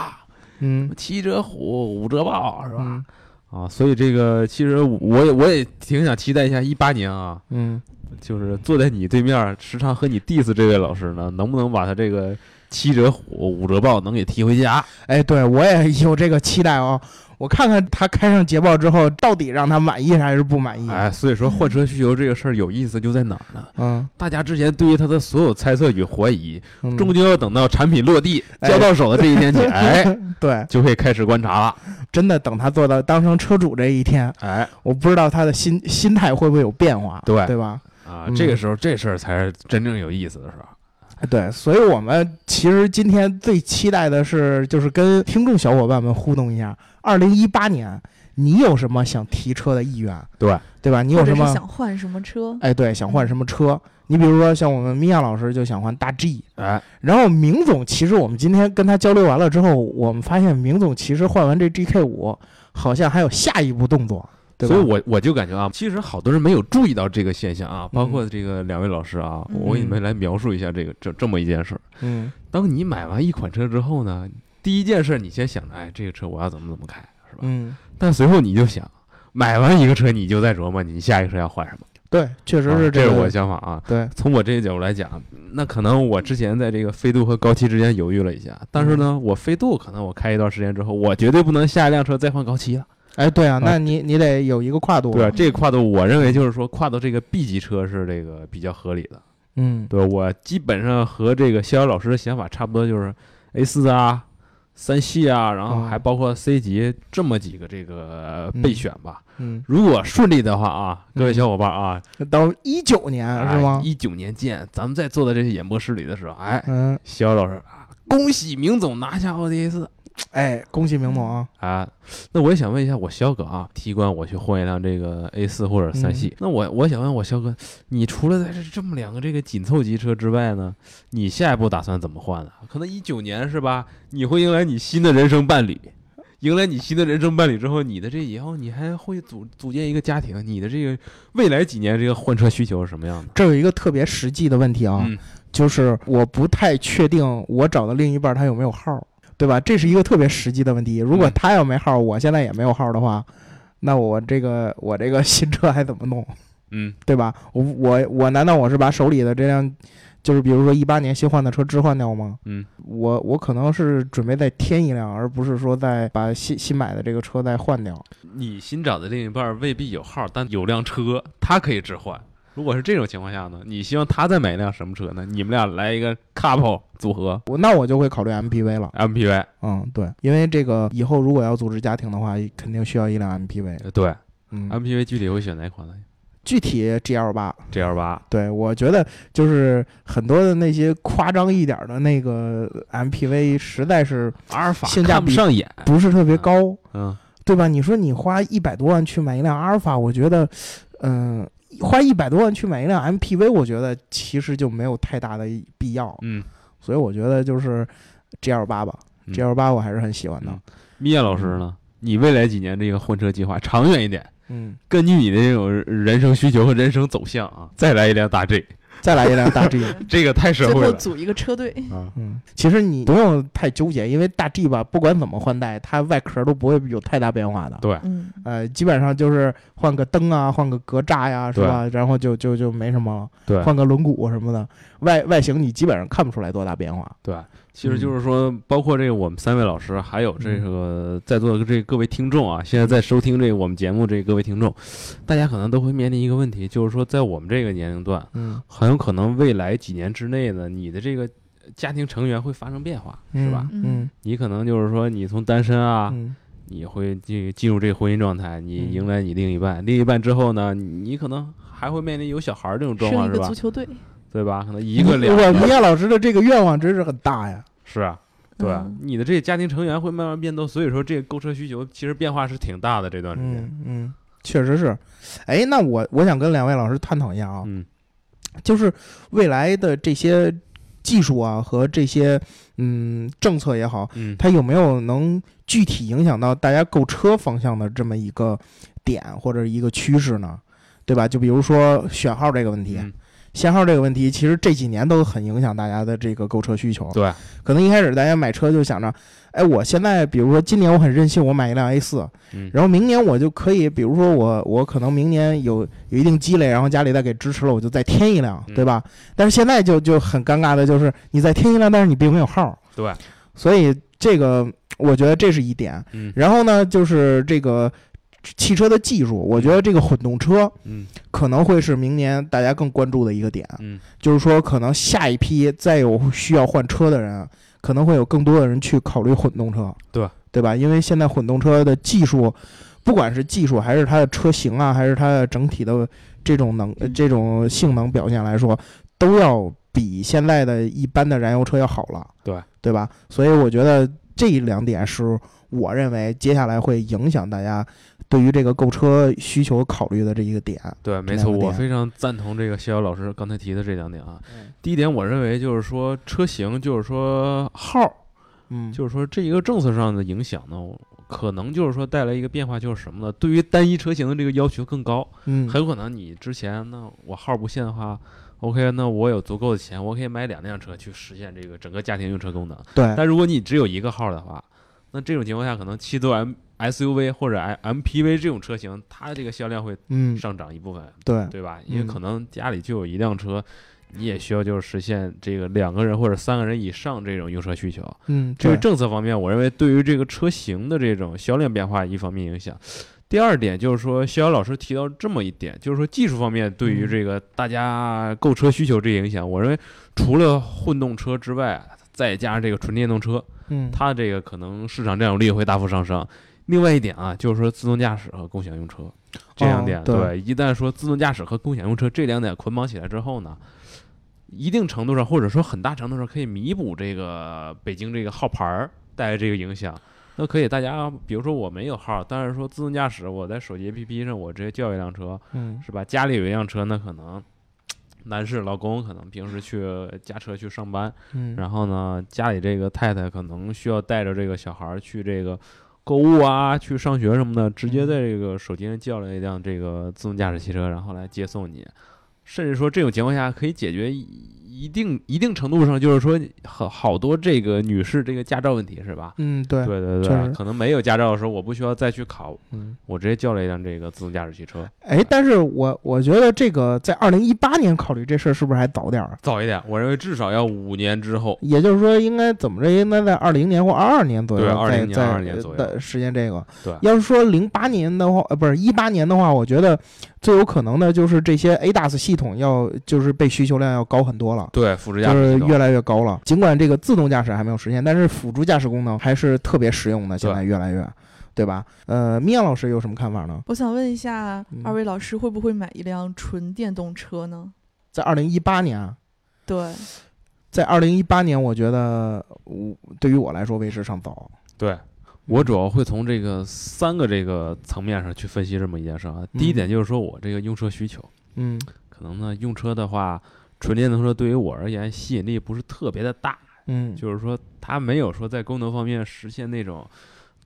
Speaker 2: 嗯
Speaker 3: 七折虎，五折豹，是吧？
Speaker 2: 嗯
Speaker 3: 啊，所以这个其实我也我也挺想期待一下一八年啊，
Speaker 2: 嗯，
Speaker 3: 就是坐在你对面儿，时常和你 diss 这位老师呢，能不能把他这个七折虎、五折豹能给踢回家？
Speaker 2: 哎，对我也有这个期待哦。我看看他开上捷豹之后，到底让他满意还是不满意？
Speaker 3: 哎，所以说换车需求这个事儿有意思就在哪儿呢？
Speaker 2: 嗯，
Speaker 3: 大家之前对于它的所有猜测与怀疑，
Speaker 2: 嗯，
Speaker 3: 终究要等到产品落地、
Speaker 2: 哎
Speaker 3: 交到手的这一天起，哎，
Speaker 2: 对，
Speaker 3: 就会开始观察了。
Speaker 2: 真的等他做到当上车主这一天，
Speaker 3: 哎
Speaker 2: 我不知道他的心心态会不会有变化，
Speaker 3: 对
Speaker 2: 对吧？
Speaker 3: 啊，
Speaker 2: 嗯
Speaker 3: 这个时候这事儿才是真正有意思的时候。
Speaker 2: 对，所以我们其实今天最期待的是，就是跟听众小伙伴们互动一下，二零一八年你有什么想提车的意愿？
Speaker 3: 对，
Speaker 2: 对吧？你
Speaker 1: 或
Speaker 2: 有
Speaker 1: 者
Speaker 2: 什
Speaker 1: 是
Speaker 2: 么？
Speaker 1: 想换什么车？
Speaker 2: 哎，对，想换什么车？你比如说像我们米娅老师就想换大 G，
Speaker 3: 哎，
Speaker 2: 然后明总其实我们今天跟他交流完了之后，我们发现明总其实换完这 GK 五，好像还有下一步动作，对吧？
Speaker 3: 所以我我就感觉啊，其实好多人没有注意到这个现象啊，
Speaker 2: 嗯
Speaker 3: 包括这个两位老师啊，
Speaker 1: 嗯
Speaker 3: 我给你们来描述一下这个这这么一件事儿。
Speaker 2: 嗯
Speaker 3: 当你买完一款车之后呢，第一件事你先想着，哎，这个车我要怎么怎么开，是吧？
Speaker 2: 嗯，
Speaker 3: 但随后你就想，买完一个车，你就在琢磨你下一个车要换什么。
Speaker 2: 对，确实
Speaker 3: 啊
Speaker 2: 是
Speaker 3: 这
Speaker 2: 个，
Speaker 3: 是我的想法啊。
Speaker 2: 对，
Speaker 3: 从我这个角度来讲，那可能我之前在这个飞度和高七之间犹豫了一下，但是
Speaker 2: 嗯
Speaker 3: 呢，我飞度可能我开一段时间之后，我绝对不能下一辆车再换高七了。
Speaker 2: 哎，对啊，那你你得有一个跨度，啊
Speaker 3: 对吧，啊这个跨度，我认为就是说跨到这个 B 级车是这个比较合理的。
Speaker 2: 嗯，
Speaker 3: 对我基本上和这个逍遥老师的想法差不多，就是 A 四啊，三系啊，然后
Speaker 2: 啊
Speaker 3: 还包括 C 级这么几个这个
Speaker 2: 嗯
Speaker 3: 备选吧。
Speaker 2: 嗯，
Speaker 3: 如果顺利的话啊，各位
Speaker 2: 嗯
Speaker 3: 小伙伴啊，
Speaker 2: 到一九年是吗？
Speaker 3: 哎一九年见，咱们在坐在这些演播室里的时候，哎，
Speaker 2: 嗯，
Speaker 3: 肖老师啊，恭喜明总拿下奥迪 A 四
Speaker 2: 哎，恭喜明总啊！
Speaker 3: 啊！那我也想问一下我肖哥啊，提官我去换一辆这个 A 四或者三系，那我我想问我肖哥，你除了在这这么两个这个紧凑级车之外呢，你下一步打算怎么换呢？可能一九年是吧？你会迎来你新的人生伴侣。迎来你新的人生伴侣之后，你的这以后你还会组组建一个家庭，你的这个未来几年这个换车需求是什么样的？
Speaker 2: 这有一个特别实际的问题啊，
Speaker 3: 嗯
Speaker 2: 就是我不太确定我找的另一半他有没有号，对吧？这是一个特别实际的问题。如果
Speaker 3: 嗯
Speaker 2: 他要没号，我现在也没有号的话，那我这个我这个新车还怎么弄，
Speaker 3: 嗯
Speaker 2: 对吧？我我我难道我是把手里的这辆，就是比如说一八年新换的车置换掉吗？
Speaker 3: 嗯，
Speaker 2: 我我可能是准备再添一辆，而不是说再把新新买的这个车再换掉。
Speaker 3: 你新找的另一半未必有号，但有辆车，他可以置换。如果是这种情况下呢，你希望他再买一辆什么车呢？你们俩来一个 couple 组合
Speaker 2: 我那我就会考虑 MPV
Speaker 3: 哎
Speaker 2: 了。
Speaker 3: MPV，
Speaker 2: 嗯，对，因为这个以后如果要组织家庭的话，肯定需要一辆 MPV。
Speaker 3: 呃对
Speaker 2: 嗯，
Speaker 3: ，MPV 具体会选哪款呢
Speaker 2: 具体 GL 八，
Speaker 3: ？GL 八，
Speaker 2: 对我觉得就是很多的那些夸张一点的那个 MPV，实在是
Speaker 3: 阿尔法
Speaker 2: 性价
Speaker 3: 看不
Speaker 2: 比
Speaker 3: 上眼，
Speaker 2: 不是特别高，
Speaker 3: 哎嗯，
Speaker 2: 对吧？你说你花一百多万去买一辆阿尔法，我觉得，嗯、花一百多万去买一辆 MPV，我觉得其实就没有太大的必要。
Speaker 3: 嗯，
Speaker 2: 所以我觉得就是 GL 八吧、
Speaker 3: 嗯
Speaker 2: g l 八我还是很喜欢的。
Speaker 3: 米娅老师呢？你未来几年这个换车计划长远一点，
Speaker 2: 嗯，
Speaker 3: 根据你的这种人生需求和人生走向啊，再来一辆大 G，
Speaker 2: 再来一辆大 G。
Speaker 3: 这个太社
Speaker 1: 最
Speaker 3: 会
Speaker 1: 后
Speaker 3: 了
Speaker 1: 组一个车队，
Speaker 3: 啊。
Speaker 2: 嗯，其实你不用太纠结，因为大 G 吧，不管怎么换代，它外壳都不会有太大变化的。
Speaker 3: 对，
Speaker 1: 嗯，
Speaker 2: 呃，基本上就是换个灯啊，换个格栅呀、是
Speaker 3: 对
Speaker 2: 吧？然后就就就没什么
Speaker 3: 对
Speaker 2: 了，换个轮毂什么的，外外形你基本上看不出来多大变化。
Speaker 3: 对，其实
Speaker 1: 嗯
Speaker 3: 就是说，包括这个我们三位老师，还有这个在座的这各位听众啊，现在在收听这个我们节目这各位听众，大家可能都会面临一个问题，就是说，在我们这个年龄段，
Speaker 2: 嗯，
Speaker 3: 很有可能未来几年之内呢，你的这个家庭成员会发生变化，是吧？
Speaker 2: 嗯
Speaker 1: 嗯
Speaker 3: 你可能就是说，你从单身啊，
Speaker 2: 嗯
Speaker 3: 你会进进入这个婚姻状态，你
Speaker 2: 嗯
Speaker 3: 迎来你另一半，另一半之后呢，你你可能还会面临有小孩儿这种状
Speaker 1: 生
Speaker 3: 况，
Speaker 1: 一
Speaker 3: 是
Speaker 1: 个
Speaker 3: 吧
Speaker 1: 足？球队，
Speaker 3: 对吧？可能 一个两
Speaker 2: 嗯哇，米
Speaker 3: 个，
Speaker 2: 娅老师的这个愿望真是很大呀。
Speaker 3: 是啊。对啊
Speaker 1: 嗯，
Speaker 3: 你的这个家庭成员会慢慢变多，所以说这个购车需求其实变化是挺大的这段时间。
Speaker 2: 嗯嗯，确实是。哎，那我我想跟两位老师探讨一下啊，
Speaker 3: 嗯
Speaker 2: 就是未来的这些技术啊和这些嗯政策也好，
Speaker 3: 嗯
Speaker 2: 它有没有能具体影响到大家购车方向的这么一个点或者一个趋势呢？对吧？就比如说选号这个问题，
Speaker 3: 嗯
Speaker 2: 限号这个问题，其实这几年都很影响大家的这个购车需求。
Speaker 3: 对，
Speaker 2: 可能一开始大家买车就想着，哎，我现在比如说今年我很任性，我买一辆 A 四，
Speaker 3: 嗯
Speaker 2: 然后明年我就可以，比如说我我可能明年有有一定积累，然后家里再给支持了，我就再添一辆，
Speaker 3: 嗯
Speaker 2: 对吧？但是现在就就很尴尬的就是，你再添一辆，但是你并没有号，
Speaker 3: 对，
Speaker 2: 所以这个我觉得这是一点。
Speaker 3: 嗯
Speaker 2: 然后呢，就是这个汽车的技术，我觉得这个混动车
Speaker 3: 嗯
Speaker 2: 可能会是明年大家更关注的一个点，
Speaker 3: 嗯
Speaker 2: 就是说可能下一批再有需要换车的人，啊可能会有更多的人去考虑混动车，
Speaker 3: 对
Speaker 2: 对吧？因为现在混动车的技术，不管是技术还是它的车型啊，还是它的整体的这种能
Speaker 3: 嗯
Speaker 2: 呃这种性能表现来说，都要比现在的一般的燃油车要好了，
Speaker 3: 对
Speaker 2: 对吧？所以我觉得这两点是我认为接下来会影响大家对于这个购车需求考虑的这一个点。
Speaker 3: 对，没
Speaker 2: 两
Speaker 3: 错，
Speaker 2: 个
Speaker 3: 我
Speaker 2: 点
Speaker 3: 非常赞同这个逍遥老师刚才提的这两点啊。
Speaker 2: 嗯
Speaker 3: 第一点，我认为就是说车型，就是说号儿，
Speaker 2: 嗯
Speaker 3: 就是说这一个政策上的影响呢，我可能就是说带来一个变化，就是什么呢？对于单一车型的这个要求更高，
Speaker 2: 嗯
Speaker 3: 很有可能你之前那我号不限的话，OK，那我有足够的钱，我可以买两辆车去实现这个整个家庭用车功能。
Speaker 2: 对，
Speaker 3: 但如果你只有一个号的话，那这种情况下，可能七座 M SUV 或者 M MPV 这种车型，它这个销量会
Speaker 2: 嗯
Speaker 3: 上涨一部分，
Speaker 2: 对
Speaker 3: 对吧？因为可能家里就有一辆车，你也需要就是实现这个两个人或者三个人以上这种用车需求。
Speaker 2: 嗯
Speaker 3: 这
Speaker 2: 对
Speaker 3: 个政策方面，我认为对于这个车型的这种销量变化，一方面影响。第二点就是说，逍遥老师提到这么一点，就是说技术方面对于
Speaker 2: 嗯
Speaker 3: 这个大家购车需求这影响，我认为除了混动车之外，再加上这个纯电动车，
Speaker 2: 嗯，
Speaker 3: 它这个可能市场占有率会大幅上升。另外一点啊，就是说自动驾驶和共享用车这两点，
Speaker 2: 哦对
Speaker 3: 对，一旦说自动驾驶和共享用车这两点捆绑起来之后呢，一定程度上或者说很大程度上可以弥补这个北京这个号牌儿带来这个影响。那可以，大家比如说我没有号，但是说自动驾驶，我在手机 APP 上我直接叫一辆车，
Speaker 2: 嗯
Speaker 3: 是吧？家里有一辆车，那可能男士老公可能平时去驾车去上班，
Speaker 2: 嗯，
Speaker 3: 然后呢，家里这个太太可能需要带着这个小孩儿去这个购物啊，去上学什么的，直
Speaker 2: 嗯
Speaker 3: 接在这个手机上叫了一辆这个自动驾驶汽车，然后来接送你。甚至说这种情况下可以解决一定一定程度上，就是说好好多这个女士这个驾照问题是吧？
Speaker 2: 嗯对，
Speaker 3: 对对
Speaker 2: 确实
Speaker 3: 对，可能没有驾照的时候，我不需要再去考，
Speaker 2: 嗯，
Speaker 3: 我直接叫了一辆这个自动驾驶汽车。
Speaker 2: 哎，但是我我觉得这个在二零一八年考虑这事儿是不是还早点儿？啊
Speaker 3: 早一点，我认为至少要五年之后。
Speaker 2: 也就是说，应该怎么着，应该在二零年或二二年左右，
Speaker 3: 对
Speaker 2: 在
Speaker 3: 20年
Speaker 2: 在
Speaker 3: 22年左右
Speaker 2: 在实现这个。
Speaker 3: 对
Speaker 2: 要是说零八年的话，呃，不是一八年的话，我觉得最有可能的就是这些 ADAS 系统要就是被需求量要高很多了。
Speaker 3: 对，辅助驾
Speaker 2: 就
Speaker 3: 驶
Speaker 2: 是
Speaker 3: 系统
Speaker 2: 越来越高了，尽管这个自动驾驶还没有实现，但是辅助驾驶功能还是特别实用的。现在越来越，对吧？呃，米娅老师有什么看法呢？
Speaker 1: 我想问一下
Speaker 2: 嗯，
Speaker 1: 二位老师会不会买一辆纯电动车呢？
Speaker 2: 在二零一八年啊，
Speaker 1: 对，
Speaker 2: 在二零一八年，我觉得我对于我来说为时尚早。
Speaker 3: 对我主要会从这个三个这个层面上去分析这么一件事啊。
Speaker 2: 嗯
Speaker 3: 第一点就是说我这个用车需求，
Speaker 2: 嗯
Speaker 3: 可能呢用车的话，纯电动车对于我而言吸引力不是特别的大，
Speaker 2: 嗯，
Speaker 3: 就是说它没有说在功能方面实现那种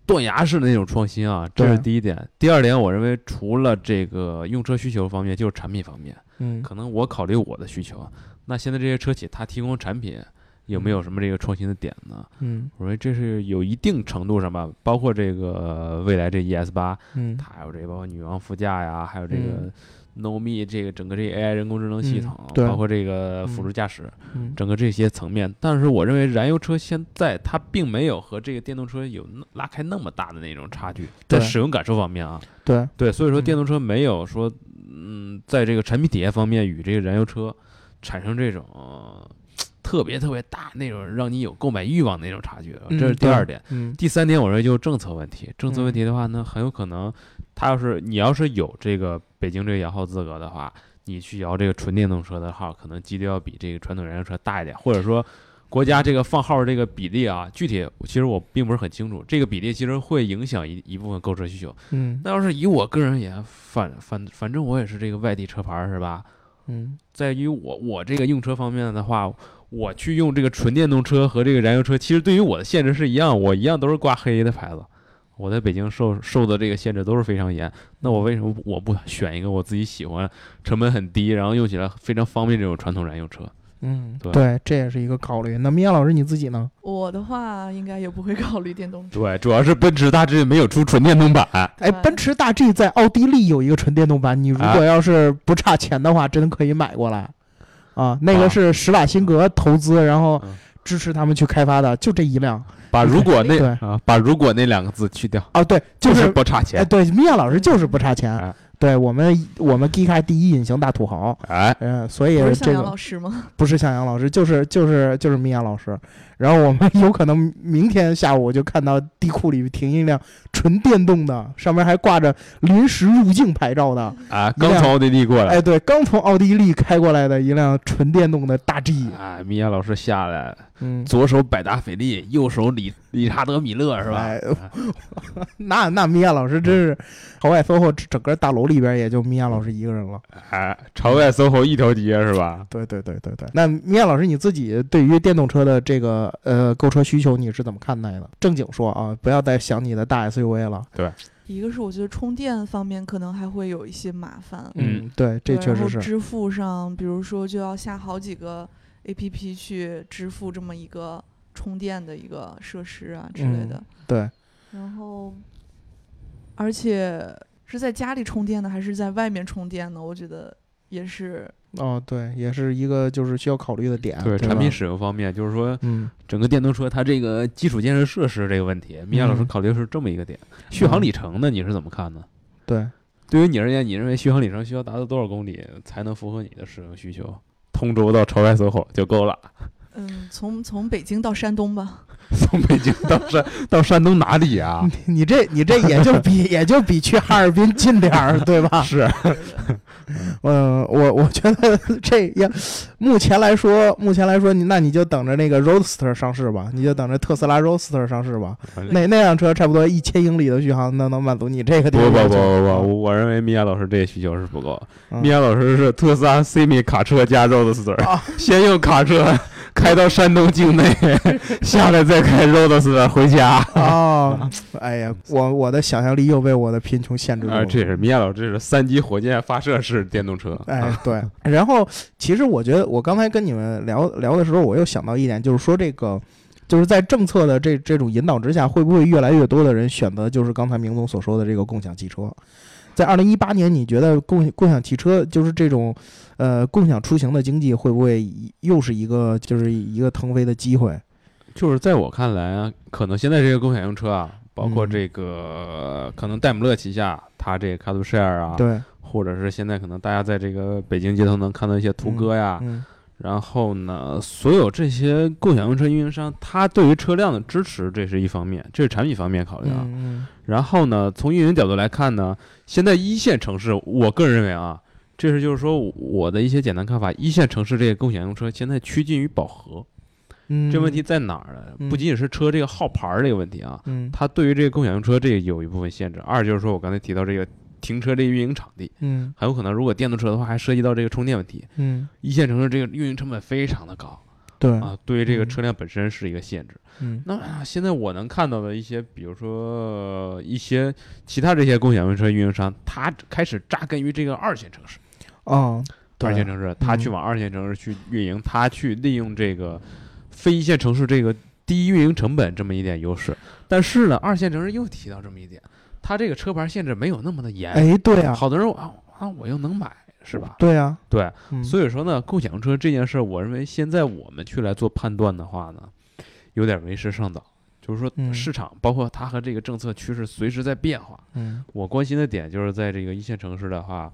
Speaker 3: 断崖式的那种创新啊，这
Speaker 2: 对
Speaker 3: 是第一点。第二点，我认为除了这个用车需求方面，就是产品方面，
Speaker 2: 嗯
Speaker 3: 可能我考虑我的需求啊，那现在这些车企它提供产品有没有什么这个创新的点呢？
Speaker 2: 嗯
Speaker 3: 我认为这是有一定程度上吧，包括这个、呃未来这 ES 八，
Speaker 2: 嗯
Speaker 3: 它还有这包括女王副驾呀，还有这个
Speaker 2: 嗯
Speaker 3: NoMe 这个整个这 AI 人工智能系
Speaker 2: 嗯
Speaker 3: 统，
Speaker 2: 对
Speaker 3: 包括这个辅助驾驶，
Speaker 2: 嗯
Speaker 3: 整个这些层面。但是我认为燃油车现在它并没有和这个电动车有那拉开那么大的那种差距，在
Speaker 2: 对
Speaker 3: 使用感受方面啊，
Speaker 2: 对，
Speaker 3: 对，所以说
Speaker 2: 嗯
Speaker 3: 电动车没有说，嗯，在这个产品体验方面与这个燃油车产生这种、呃特别特别大那种让你有购买欲望的那种差距，这是第二点。。
Speaker 2: 嗯
Speaker 3: 第三点，我认为就是政策问题。政策问题的话呢，很有可能，它要是你要是有这个北京这个摇号资格的话，你去摇这个纯电动车的号，可能几率要比这个传统燃油车大一点，或者说。国家这个放号这个比例啊，具体其实我并不是很清楚。这个比例其实会影响一一部分购车需求，
Speaker 2: 嗯
Speaker 3: 那要是以我个人而言，反反反正我也是这个外地车牌儿是吧？
Speaker 2: 嗯
Speaker 3: 在于我我这个用车方面的话，我去用这个纯电动车和这个燃油车，其实对于我的限制是一样，我一样都是挂黑的牌子。我在北京受受的这个限制都是非常严，那我为什么我不选一个我自己喜欢、成本很低，然后用起来非常方便这种传统燃油车？
Speaker 2: 嗯，
Speaker 3: 对
Speaker 2: 对，这也是一个考虑。那米娅老师你自己呢？
Speaker 1: 我的话应该也不会考虑电动车。
Speaker 3: 对，主要是奔驰大致没有出纯电动版，
Speaker 2: 哎，
Speaker 1: 对
Speaker 2: 奔驰大 G 在奥地利有一个纯电动版，你如
Speaker 3: 啊
Speaker 2: 果要是不差钱的话，真可以买过来。啊，那
Speaker 3: 啊
Speaker 2: 个是施瓦辛格投资，然后
Speaker 3: 嗯
Speaker 2: 支持他们去开发的，就这一辆。
Speaker 3: 把如果那
Speaker 2: 对
Speaker 3: 啊，把如果那两个字去掉，
Speaker 2: 哦，对，就
Speaker 3: 不
Speaker 2: 是
Speaker 3: 不差
Speaker 2: 哎，
Speaker 3: 钱。
Speaker 2: 对，米娅老师就是不差钱
Speaker 3: 哎。
Speaker 2: 对我们，我们 G 卡第一隐形大土豪，
Speaker 3: 哎，
Speaker 2: 嗯，所以
Speaker 1: 不是向
Speaker 2: 这
Speaker 1: 阳
Speaker 2: 个
Speaker 1: 老师吗？
Speaker 2: 不是向阳老师，就是就是就是米娅老师。然后我们有可能明天下午就看到地库里停一辆纯电动的，上面还挂着临时入境牌照的，
Speaker 3: 啊，刚从奥地利过来，
Speaker 2: 哎，对，刚从奥地利开过来的一辆纯电动的大 G，
Speaker 3: 啊，米娅老师下来，
Speaker 2: 嗯，
Speaker 3: 左手百达翡丽，右手理理查德米勒是吧？嗯
Speaker 2: 哎 那那米娅老师真是，海外 SOHO 整个大楼里边也就米娅老师一个人了。
Speaker 3: 哎，朝外 SOHO 一条街是吧？
Speaker 2: 对对对对对。那米娅老师，你自己对于电动车的这个呃购车需求，你是怎么看待的？正经说啊，不要再想你的大 SUV 了。
Speaker 1: 一个是我觉得充电方面可能还会有一些麻烦，
Speaker 3: 嗯，
Speaker 2: 对，这
Speaker 1: 对
Speaker 2: 确
Speaker 1: 然
Speaker 2: 实
Speaker 1: 后
Speaker 2: 是。
Speaker 1: 支付上，比如说就要下好几个 A P P 去支付这么一个充电的一个设施啊之类
Speaker 2: 嗯
Speaker 1: 的。
Speaker 2: 对，
Speaker 1: 然后，而且是在家里充电呢，还是在外面充电呢？我觉得也是。
Speaker 2: 哦，对，也是一个就是需要考虑的点。对
Speaker 3: 啊对，
Speaker 2: 吧，
Speaker 3: 产品使用方面，就是说
Speaker 2: 嗯，
Speaker 3: 整个电动车它这个基础建设设施这个问题，米娅老师
Speaker 2: 嗯
Speaker 3: 考虑的是这么一个点。续航里程呢，你是怎么看呢？
Speaker 2: 对，
Speaker 3: 对于你而言，你认为续航里程需要达到多少公里才能符合你的使用需求？通州到朝外 SOHO 就够了。
Speaker 1: 嗯，从从北京到山东吧，
Speaker 3: 从北京到山到山东哪里 啊？
Speaker 2: 你你这你这也就比 也就比去哈尔滨近点儿，对吧？
Speaker 3: 是，
Speaker 2: 嗯，我我觉得这样，目前来说，目前来说，你那你就等着那个 Roadster 上市吧，你就等着特斯拉 Roadster 上市吧。那那辆车差不多一千英里的续航，能能满足你这个
Speaker 3: 不
Speaker 2: 地方
Speaker 3: 不
Speaker 2: 的
Speaker 3: 不
Speaker 2: 需求
Speaker 3: 不不，我我认为米娅老师这需求是不够。
Speaker 2: 嗯
Speaker 3: 米娅老师是特斯拉 Semi 卡车加 Roadster，、
Speaker 2: 啊
Speaker 3: 先用卡车开到山东境内，下来再开 Roadster 回家。
Speaker 2: 哦，哎呀，我我的想象力又被我的贫穷限制住
Speaker 3: 啊，
Speaker 2: 了。
Speaker 3: 这是米娅老师，这是三级火箭发射式电动车。
Speaker 2: 哎， 对。然后，其实我觉得，我刚才跟你们聊聊的时候，我又想到一点，就是说这个，就是在政策的这这种引导之下，会不会越来越多的人选择就是刚才明总所说的这个共享汽车？在二零一八年，你觉得共共享汽车就是这种，呃，共享出行的经济会不会又是一个就是一个腾飞的机会？
Speaker 3: 就是在我看来啊，可能现在这个共享用车啊，包括
Speaker 2: 嗯
Speaker 3: 这个、可能戴姆勒旗下，它这个 CarShare 啊，
Speaker 2: 对，
Speaker 3: 或者是现在可能大家在这个北京街头能看到一些途歌呀，
Speaker 2: 嗯
Speaker 3: 然后呢，所有这些共享用车运营商，它对于车辆的支持，这是一方面，这是产品方面考虑啊。
Speaker 2: 嗯
Speaker 3: 然后呢，从运营角度来看呢，现在一线城市，我个人认为啊，这是就是说我的一些简单看法，一线城市这个共享用车现在趋近于饱和。
Speaker 2: 嗯，
Speaker 3: 这问题在哪儿呢？不
Speaker 2: 嗯
Speaker 3: 仅仅是车这个号牌儿这个问题啊，
Speaker 2: 嗯，
Speaker 3: 它对于这个共享用车这个有一部分限制。二就是说我刚才提到这个停车这个运营场地，
Speaker 2: 嗯
Speaker 3: 很有可能如果电动车的话，还涉及到这个充电问题。
Speaker 2: 嗯嗯，
Speaker 3: 一线城市这个运营成本非常的高
Speaker 2: 对，
Speaker 3: 啊，对于这个
Speaker 2: 嗯
Speaker 3: 车辆本身是一个限制。
Speaker 2: 嗯
Speaker 3: 那啊现在我能看到的一些，比如说呃一些其他这些共享用车运营商，他开始扎根于这个二线城市，
Speaker 2: 哦，
Speaker 3: 二
Speaker 2: 对
Speaker 3: 线城市，他去
Speaker 2: 嗯
Speaker 3: 往二线城市去运营，他去利用这个非一线城市这个低运营成本这么一点优势。但是呢，二线城市又提到这么一点，他这个车牌限制没有那么的严。
Speaker 2: 哎，对啊，
Speaker 3: 好多人说啊啊，我又能买是吧？
Speaker 2: 对啊，
Speaker 3: 对，
Speaker 2: 嗯
Speaker 3: 所以说呢，共享车这件事儿，我认为现在我们去来做判断的话呢，有点为时尚早。就是说，
Speaker 2: 嗯
Speaker 3: 市场包括它和这个政策趋势随时在变化。
Speaker 2: 嗯
Speaker 3: 我关心的点就是在这个一线城市的话，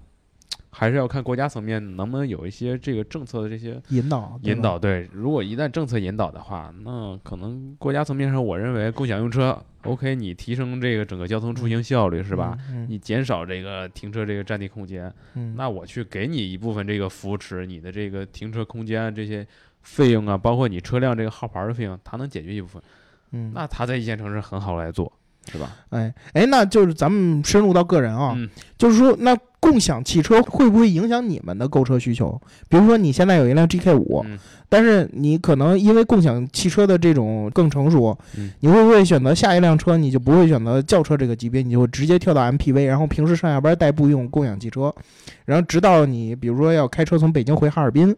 Speaker 3: 还是要看国家层面能不能有一些这个政策的这些
Speaker 2: 嗯引导对吧
Speaker 3: 引导。对，如果一旦政策引导的话，那可能国家层面上，我认为共享用车 OK，你提升这个整个交通出行效率是吧？？
Speaker 2: 嗯，
Speaker 3: 你减少这个停车这个占地空间，
Speaker 2: 嗯
Speaker 3: 那我去给你一部分这个扶持，你的这个停车空间啊这些费用啊，包括你车辆这个号牌儿的费用，它能解决一部分。
Speaker 2: 嗯，
Speaker 3: 那它在一线城市很好来做，是吧？
Speaker 2: 哎哎，那就是咱们深入到个人啊，
Speaker 3: 嗯
Speaker 2: 就是说，那共享汽车会不会影响你们的购车需求？比如说，你现在有一辆 GK 五、
Speaker 3: 嗯
Speaker 2: 但是你可能因为共享汽车的这种更成熟，
Speaker 3: 嗯
Speaker 2: 你会不会选择下一辆车？你就不会选择轿车这个级别，你就会直接跳到 MPV，然后平时上下班代步用共享汽车，然后直到你比如说要开车从北京回哈尔滨。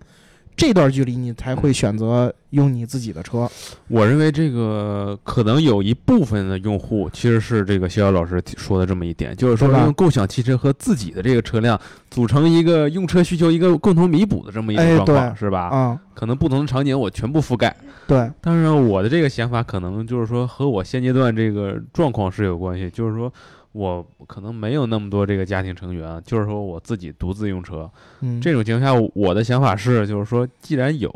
Speaker 2: 这段距离你才会选择用你自己的车，
Speaker 3: 我认为这个可能有一部分的用户其实是这个逍遥老师提说的这么一点，就是说
Speaker 2: 对吧
Speaker 3: 用共享汽车和自己的这个车辆组成一个用车需求一个共同弥补的这么一种
Speaker 2: 哎
Speaker 3: 状况，
Speaker 2: 对
Speaker 3: 是吧？
Speaker 2: 啊、
Speaker 3: 可能不同的场景我全部覆盖，
Speaker 2: 对，
Speaker 3: 当然，我的这个想法可能就是说和我现阶段这个状况是有关系，就是说我可能没有那么多这个家庭成员，就是说我自己独自用车。
Speaker 2: 嗯，
Speaker 3: 这种情况下，我的想法是，就是说既然有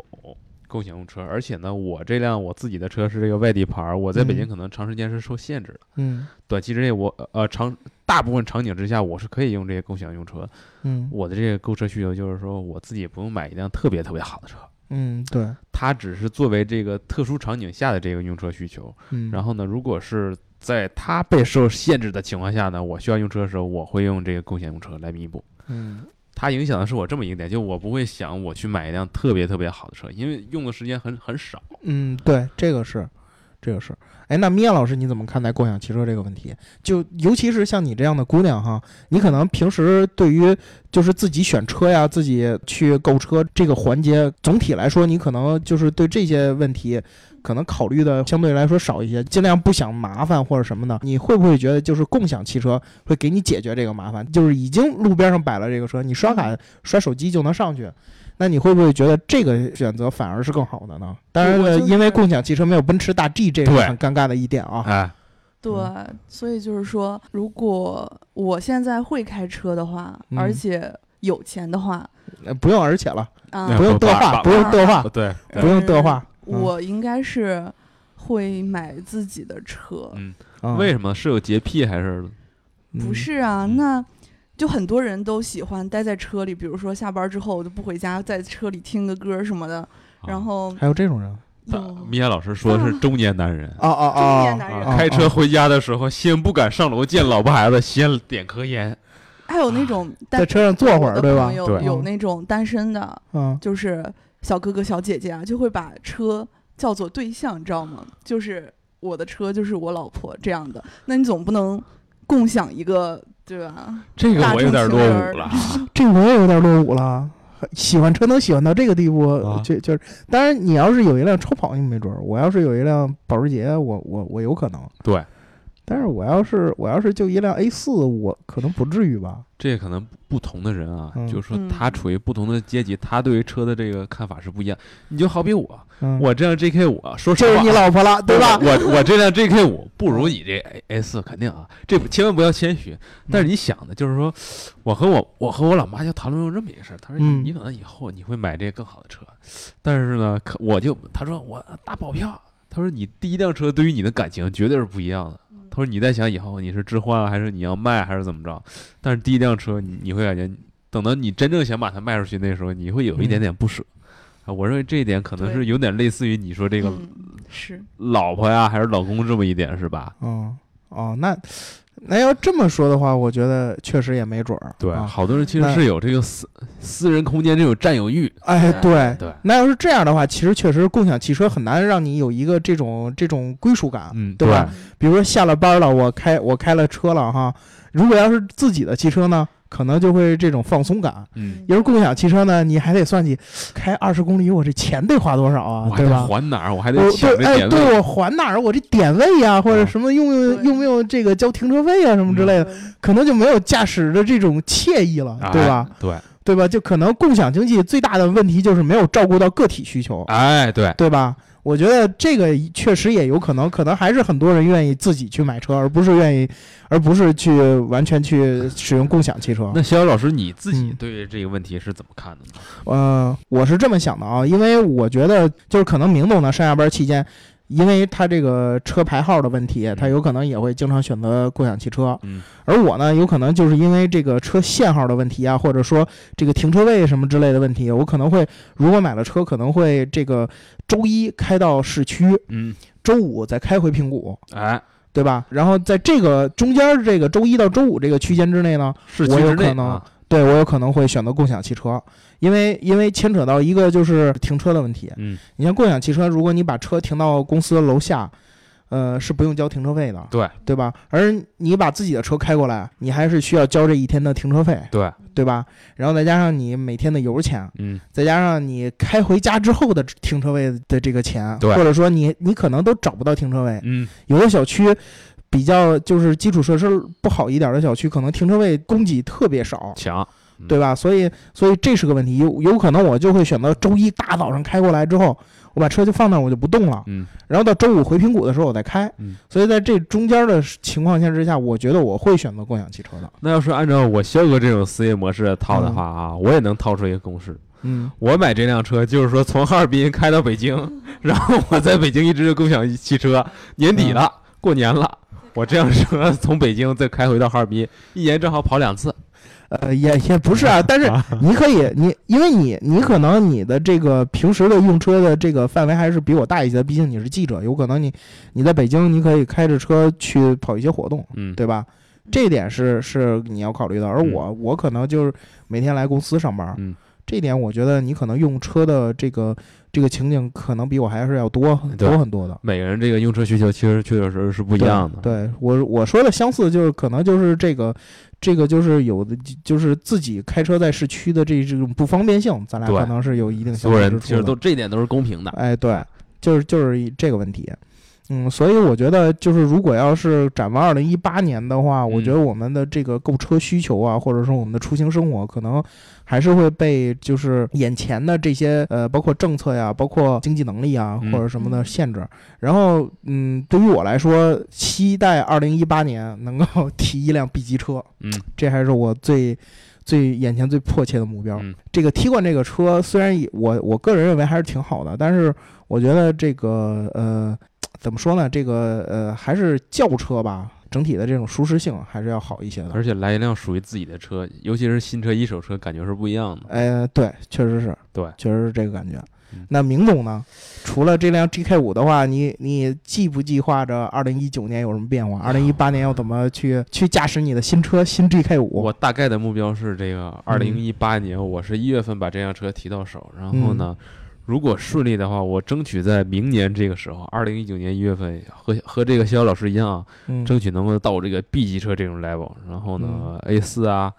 Speaker 3: 共享用车，而且呢，我这辆我自己的车是这个外地牌儿，我在北京
Speaker 2: 嗯
Speaker 3: 可能长时间是受限制的，
Speaker 2: 嗯
Speaker 3: 短期之内我呃长大部分场景之下，我是可以用这些共享用车。
Speaker 2: 嗯
Speaker 3: 我的这个购车需求就是说，我自己不用买一辆特别特别好的车。
Speaker 2: 嗯，对，
Speaker 3: 它只是作为这个特殊场景下的这个用车需求，
Speaker 2: 嗯，
Speaker 3: 然后呢，如果是在它备受限制的情况下呢，我需要用车的时候，我会用这个共享用车来弥补。
Speaker 2: 嗯
Speaker 3: 它影响的是我这么一个点，就我不会想我去买一辆特别特别好的车，因为用的时间很很少。
Speaker 2: 嗯，对，这个是，这个是。哎，那米娅老师，你怎么看待共享汽车这个问题？就尤其是像你这样的姑娘哈，你可能平时对于就是自己选车呀、自己去购车这个环节，总体来说，你可能就是对这些问题，可能考虑的相对来说少一些，尽量不想麻烦或者什么的。你会不会觉得就是共享汽车会给你解决这个麻烦？就是已经路边上摆了这个车，你刷卡刷手机就能上去，那你会不会觉得这个选择反而是更好的呢？当然
Speaker 1: 我
Speaker 2: 了，
Speaker 1: 就是
Speaker 2: 因为共享汽车没有奔驰大 G，这是
Speaker 3: 对
Speaker 2: 很尴尬的一点啊。
Speaker 3: 哎，
Speaker 1: 对，
Speaker 2: 嗯
Speaker 1: 所以就是说，如果我现在会开车的话，而
Speaker 2: 嗯
Speaker 1: 且有钱的话，
Speaker 2: 呃不用而且了，
Speaker 1: 啊
Speaker 3: 那，
Speaker 2: 不用
Speaker 3: 不
Speaker 2: 德
Speaker 3: 把
Speaker 2: 化，
Speaker 3: 把
Speaker 2: 不用德化，
Speaker 3: 哦对，
Speaker 2: 不用德化，嗯
Speaker 1: 我应该是会买自己的车，
Speaker 3: 嗯，
Speaker 2: 啊
Speaker 3: 为什么是有洁癖还是
Speaker 1: 不
Speaker 2: 嗯
Speaker 1: 是啊，
Speaker 3: 嗯
Speaker 1: 那就很多人都喜欢待在车里，比如说下班之后我就不回家，在车里听个歌什么的。
Speaker 2: 啊
Speaker 1: 然后
Speaker 2: 还有这种人？
Speaker 3: 他
Speaker 1: 有
Speaker 3: 啊
Speaker 1: 哎
Speaker 3: 米娅老师说是中年男人
Speaker 2: 哦哦哦，
Speaker 1: 中年男人
Speaker 3: 啊，开车回家的时候先不敢上楼见老婆孩子，先点颗烟。
Speaker 1: 还有那种单
Speaker 2: 在车上坐会
Speaker 1: 我
Speaker 2: 儿
Speaker 1: 的
Speaker 2: 对吧
Speaker 1: 朋友
Speaker 3: 对
Speaker 1: 有
Speaker 2: 嗯
Speaker 1: 那种单身的，
Speaker 2: 嗯，
Speaker 1: 就是小哥哥小姐姐啊，就会把车叫做对象，你知道吗？就是我的车就是我老婆这样的。那你总不能共享一个对吧？
Speaker 3: 这个
Speaker 1: 大
Speaker 3: 我
Speaker 1: 众
Speaker 3: 有点
Speaker 1: 情
Speaker 3: 落伍
Speaker 1: 人
Speaker 3: 了，
Speaker 2: 这我也有点落伍了。喜欢车能喜欢到这个地步，
Speaker 3: 啊
Speaker 2: 就就是，当然你要是有一辆超跑，你没准儿；我要是有一辆保时捷，我我我有可能。
Speaker 3: 对，
Speaker 2: 但是我要是我要是就一辆 A 四，我可能不至于吧。
Speaker 3: 这可能不同的人啊，
Speaker 2: 嗯
Speaker 3: 就是说
Speaker 1: 嗯
Speaker 3: 他处于不同的阶级，他对于车的这个看法是不一样。你就好比我，
Speaker 2: 嗯，
Speaker 3: 我这辆 JK 五，啊说实
Speaker 2: 就是
Speaker 3: 话
Speaker 2: 你。老婆了，对吧？
Speaker 3: 我我这辆 JK 五不如你这 A 四，肯定啊，这千万不要谦虚。
Speaker 2: 嗯
Speaker 3: 但是你想的就是说，我和我我和我老妈就讨论过这么一个事儿，她说你
Speaker 2: 嗯
Speaker 3: 你可能以后你会买这更好的车，但是呢，可我就她说我打保票，她说你第一辆车对于你的感情绝对是不一样
Speaker 1: 嗯
Speaker 3: 的。她说你在想以后你是置换啊还是你要卖还是怎么着，但是第一辆车你你会感觉，等到你真正想把它卖出去那时候，你会有一
Speaker 2: 嗯
Speaker 3: 点点不舍。啊，我认为这一点可能
Speaker 1: 对
Speaker 3: 是有点类似于你说这个
Speaker 1: 嗯、是
Speaker 3: 老婆呀，还是老公这么一点是吧？
Speaker 2: 嗯哦，那那要这么说的话，我觉得确实也没准儿。啊
Speaker 3: 好多人其实
Speaker 2: 那
Speaker 3: 是有这个私私人空间这种占有欲。
Speaker 2: 哎，对。
Speaker 3: 对，
Speaker 2: 那要是这样的话，其实确实共享汽车很难让你有一个这种这种归属感，
Speaker 3: 嗯，
Speaker 2: 对吧？比如说下了班了，我开我开了车了哈，如果要是自己的汽车呢，可能就会这种放松感。
Speaker 3: 嗯，
Speaker 2: 要是共享汽车呢，你还得算计，开二十公里我这钱得花多少啊
Speaker 3: 我，还
Speaker 2: 对
Speaker 3: 得
Speaker 2: 吧？
Speaker 3: 还哪儿？我还
Speaker 2: 我
Speaker 3: 得抢
Speaker 2: 对，
Speaker 3: 着
Speaker 2: 哎，
Speaker 3: 点位。
Speaker 2: 对我还哪儿？我这点位呀、或者
Speaker 3: 啊嗯
Speaker 2: 什么用不用
Speaker 1: 对
Speaker 2: 用不用这个交停车费啊，什么之类的，
Speaker 1: 对
Speaker 2: 可能就没有驾驶的这种惬意
Speaker 3: 啊
Speaker 2: 了，对吧？
Speaker 3: 哎对，
Speaker 2: 对吧？就可能共享经济最大的问题就是没有照顾到个体需求，
Speaker 3: 哎，对，
Speaker 2: 对吧？我觉得这个确实也有可能，可能还是很多人愿意自己去买车，而不是愿意，而不是去完全去使用共享汽车。
Speaker 3: 那逍遥老师你自己
Speaker 2: 嗯
Speaker 3: 对这个问题是怎么看的呢？
Speaker 2: 呃，我是这么想的啊，因为我觉得就是可能明总呢上下班期间，因为他这个车牌号的问题，他有可能也会经常选择共享汽车。
Speaker 3: 嗯，
Speaker 2: 而我呢，有可能就是因为这个车限号的问题啊，或者说这个停车位什么之类的问题，我可能会如果买了车，可能会这个周一开到市区，
Speaker 3: 嗯，
Speaker 2: 周五再开回平谷。
Speaker 3: 哎，
Speaker 2: 对吧？然后在这个中间儿这个周一到周五这个区间之内呢，
Speaker 3: 市区
Speaker 2: 我有
Speaker 3: 之内
Speaker 2: 可能
Speaker 3: 啊
Speaker 2: 对我有可能会选择共享汽车，因为因为牵扯到一个就是停车的问题。
Speaker 3: 嗯，
Speaker 2: 你像共享汽车，如果你把车停到公司楼下，呃，是不用交停车费的，
Speaker 3: 对
Speaker 2: 对吧？而你把自己的车开过来，你还是需要交这一天的停车费，
Speaker 3: 对，
Speaker 2: 对吧？然后再加上你每天的油钱，
Speaker 3: 嗯，
Speaker 2: 再加上你开回家之后的停车位的这个钱，
Speaker 3: 对
Speaker 2: 或者说你你可能都找不到停车位，
Speaker 3: 嗯，
Speaker 2: 有的小区比较就是基础设施不好一点的小区，可能停车位供给特别少，
Speaker 3: 强，
Speaker 2: 对吧？所以所以这是个问题，有有可能我就会选择周一大早上开过来之后，我把车就放那儿，我就不动了，
Speaker 3: 嗯，
Speaker 2: 然后到周五回平谷的时候我再开
Speaker 3: 嗯。
Speaker 2: 所以在这中间的情况下之下，我觉得我会选择共享汽车的。
Speaker 3: 那要是按照我肖哥这种思维模式套的话啊，我也能套出一个公式。
Speaker 2: 嗯，
Speaker 3: 我买这辆车就是说从哈尔滨开到北京， 然后我在北京一直共享汽车，年底了，过年了，我这辆车从北京再开回到哈尔 滨，一年正好跑两次。
Speaker 2: 呃，也也不 是啊，但是你可以，你因为你你可能你的这个平时的用车的这个范围还是比我大一些，毕竟你是记者，有可能你你在北京你可以开着车去跑一些活动，
Speaker 3: 嗯，
Speaker 2: 对吧？这一点是是你要考虑的，而我我可能就是每天来公司上班，
Speaker 3: 嗯，
Speaker 2: 这一点我觉得你可能用车的这个这个情景可能比我还是要多
Speaker 3: 对
Speaker 2: 多很多的。
Speaker 3: 每个人这个用车需求其实确确实实是不一样的。
Speaker 2: 对对我我说的相似，就是可能就是这个，这个就是有的就是自己开车在市区的这这种不方便性，咱俩
Speaker 3: 对
Speaker 2: 可能是有一定相
Speaker 3: 所有
Speaker 2: 似
Speaker 3: 人
Speaker 2: 之
Speaker 3: 其实
Speaker 2: 处
Speaker 3: 都
Speaker 2: 的。
Speaker 3: 这一点都是公平的。啊
Speaker 2: 哎，对，就是就是一这个问题。嗯，所以我觉得就是如果要是展望二零一八年的话，我
Speaker 3: 嗯
Speaker 2: 觉得我们的这个购车需求啊，或者说我们的出行生活，可能还是会被就是眼前的这些呃，包括政策呀，包括经济能力啊，
Speaker 3: 嗯
Speaker 2: 或者什么的
Speaker 1: 嗯
Speaker 2: 限制。然后，嗯，对于我来说， 期待二零一八年能够提一辆 B 级车，
Speaker 3: 嗯，
Speaker 2: 这还是我最最眼前最迫切的目标。
Speaker 3: 嗯
Speaker 2: 这个 T 冠这个车，虽然也我我个人认为还是挺好的，但是我觉得这个呃怎么说呢？这个呃还是轿车吧，整体的这种舒适性还是要好一些的。
Speaker 3: 而且来一辆属于自己的车，尤其是新车、一手车，感觉是不一样的。
Speaker 2: 呃，对，确实是，
Speaker 3: 对，
Speaker 2: 确实是这个感觉
Speaker 3: 嗯。
Speaker 2: 那明总呢？除了这辆 GK 五的话，你你计不计划着二零一九年有什么变化？二零一八年要怎么去去驾驶你的新车新 GK 五？
Speaker 3: 我大概的目标是这个，
Speaker 2: 嗯
Speaker 3: 二零一八年我是一月份把这辆车提到手，然
Speaker 2: 嗯
Speaker 3: 后呢，如果顺利的话，我争取在明年这个时候，二零一九年一月份和和这个肖老师一样啊，
Speaker 2: 嗯
Speaker 3: 争取能够到这个 B 级车这种 level，然后呢、a 四啊，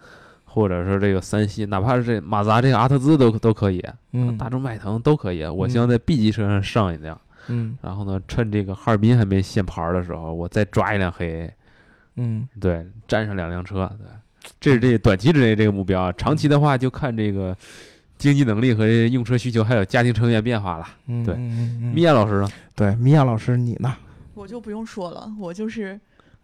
Speaker 3: 或者是这个三系，哪怕是这马自达这个阿特兹都都可以，
Speaker 2: 嗯
Speaker 3: 大众迈腾都可以，我希望在 B 级车上上一辆，
Speaker 2: 嗯
Speaker 3: 然后呢，趁这个哈尔滨还没限牌的时候，我再抓一辆黑 A，
Speaker 2: 嗯
Speaker 3: 对，占上两辆车，对，这是这短期之内这个目标啊，长期的话就看这个经济能力和用车需求，还有家庭成员变化了。
Speaker 2: 嗯，
Speaker 3: 对
Speaker 2: 嗯，嗯嗯
Speaker 3: 米娅老师呢？
Speaker 2: 对，米娅老师，你呢？
Speaker 1: 我就不用说了，我就是
Speaker 2: 你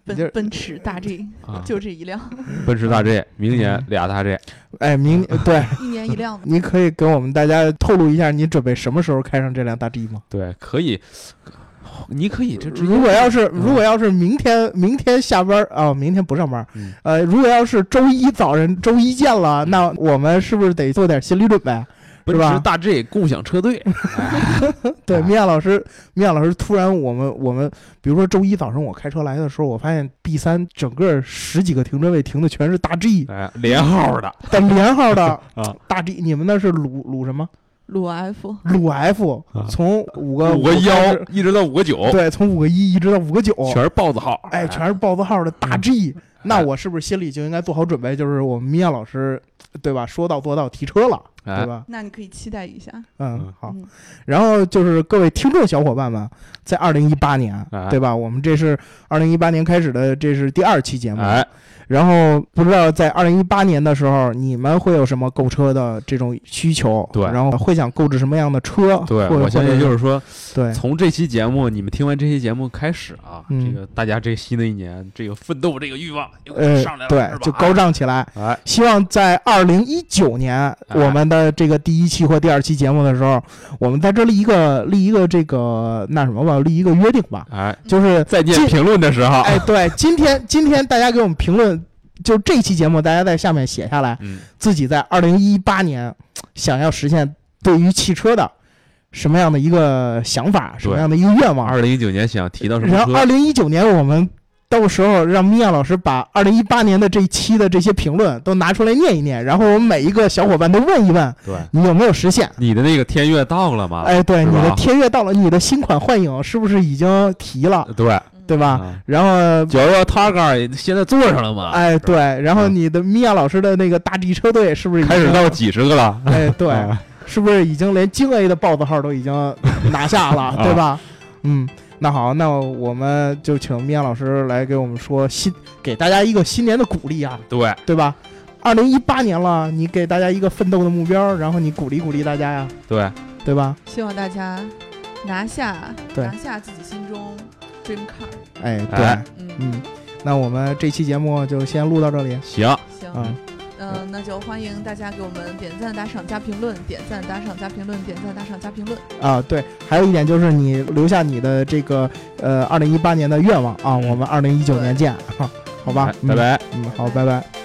Speaker 1: 奔
Speaker 2: 这
Speaker 1: 奔驰大 G，
Speaker 3: 啊，
Speaker 1: 就这一辆，
Speaker 3: 奔驰大
Speaker 2: 嗯
Speaker 3: G，明年俩大 G，
Speaker 2: 哎， 明对，
Speaker 1: 一年一辆的。
Speaker 2: 你可以给我们大家透露一下，你准备什么时候开上这辆大 G 吗？
Speaker 3: 对，可以，你可以这直接
Speaker 2: 如果要是
Speaker 3: 嗯
Speaker 2: 如果要是明天明天下班啊、明天不上班，
Speaker 3: 嗯
Speaker 2: 呃，如果要是周一早晨周一见了，那我们是不是得做点心理准备？
Speaker 3: 奔
Speaker 2: 是吧
Speaker 3: 驰大 G 共享车队，
Speaker 2: 嗯对，
Speaker 3: 啊
Speaker 2: 米娅老师，米娅老师，突然我们我们，比如说周一早晨我开车来的时候，我发现 B 三整个十几个停车位停的全是大 G
Speaker 3: 哎，连号的
Speaker 2: 带连号的
Speaker 3: 啊，
Speaker 2: 大 G，你们那是鲁鲁什么？
Speaker 1: 鲁 F，
Speaker 2: 鲁 F
Speaker 3: 啊
Speaker 2: 从五个
Speaker 3: 五个
Speaker 2: 开
Speaker 3: 幺
Speaker 2: 始
Speaker 3: 一直到五个九，
Speaker 2: 对，从五个一一直到五个九，
Speaker 3: 全是嗯哎豹子号，
Speaker 2: 哎，全是豹子号的大 G，、那我是不是心里就应该做好准备？就是我们米娅老师，对吧？说到做到，提车了，
Speaker 3: 哎
Speaker 2: 对吧？
Speaker 1: 那你可以期待一下。
Speaker 2: 嗯
Speaker 3: 嗯，
Speaker 2: 好。
Speaker 1: 嗯
Speaker 2: 然后就是各位听众小伙伴们，在二零一八年
Speaker 3: 哎，
Speaker 2: 对吧？我们这是二零一八年开始的，这是第二期节目。
Speaker 3: 哎，
Speaker 2: 然后不知道在二零一八年的时候，你们会有什么购车的这种需求？
Speaker 3: 对
Speaker 2: 然后会想购置什么样的车？
Speaker 3: 对，
Speaker 2: 或者
Speaker 3: 我相信就是说，
Speaker 2: 对，
Speaker 3: 从这期节目，你们听完这期节目开始啊，
Speaker 2: 嗯
Speaker 3: 这个大家这新的一年，这个奋斗这个欲望又
Speaker 2: 呃
Speaker 3: 上来了，，是
Speaker 2: 对，
Speaker 3: 吧
Speaker 2: 就高涨起来。
Speaker 3: 哎，
Speaker 2: 希望在二零一九
Speaker 3: 啊
Speaker 2: 年我们的这个第一期或第二期节目的时候，我们在这立一个立一个这个那什么吧，立一个约定吧，
Speaker 3: 哎，
Speaker 2: 就是
Speaker 3: 再见
Speaker 2: 进
Speaker 3: 评论的时候，
Speaker 2: 哎，对，今天今天大家给我们评论，就这期节目，大家在下面写下来
Speaker 3: 嗯，
Speaker 2: 自己在二零一八年想要实现对于汽车的什么样的一个想法，什么样的一个愿望。
Speaker 3: 二零一九年想提到呃什么
Speaker 2: 然后
Speaker 3: 车
Speaker 2: 二？零一九年我们。到时候让米娅老师把二零一八年的这一期的这些评论都拿出来念一念，然后我们每一个小伙伴都问一问
Speaker 3: 对，
Speaker 2: 你有没有实现。
Speaker 3: 你的那个天悦到了吗？
Speaker 2: 哎，对，
Speaker 3: 是
Speaker 2: 你
Speaker 3: 吧
Speaker 2: 的天悦到了，你的新款幻影是不是已经提了，
Speaker 3: 对，
Speaker 2: 对吧？
Speaker 3: 啊，
Speaker 2: 然后
Speaker 3: 九幺幺 Targa 现在坐上了吗？
Speaker 2: 哎，对，然后
Speaker 3: 嗯
Speaker 2: 你的米娅老师的那个大 G 车队是不是已经
Speaker 3: 开始到几十个了？
Speaker 2: 哎，对，
Speaker 3: 啊
Speaker 2: 是不是已经连京 A 的豹子号都已经拿下 了，
Speaker 3: 啊
Speaker 2: 对吧？嗯，那好，那我们就请米娅老师来给我们说新，给大家一个新年的鼓励啊，
Speaker 3: 对，
Speaker 2: 对吧？二零一八年了，你给大家一个奋斗的目标，然后你鼓励鼓励大家呀，
Speaker 3: 对，
Speaker 2: 对吧？
Speaker 1: 希望大家拿下
Speaker 2: 对
Speaker 1: 拿下自己心中 dream car。
Speaker 2: 哎，对，
Speaker 3: 哎
Speaker 1: 嗯，
Speaker 2: 嗯，那我们这期节目就先录到这里，
Speaker 3: 行，
Speaker 1: 行，
Speaker 2: 嗯，
Speaker 1: 嗯，那就欢迎大家给我们点赞、打赏、加评论，点赞、打赏、加评论，点赞、打赏、加评论。
Speaker 2: 啊，对，还有一点就是你留下你的这个呃，二零一八年的愿望啊，
Speaker 3: 嗯
Speaker 2: 我们二零一九年见，哈好吧
Speaker 3: 哎，拜
Speaker 2: 嗯，
Speaker 3: 拜。
Speaker 2: 嗯，好，拜拜。
Speaker 1: 拜拜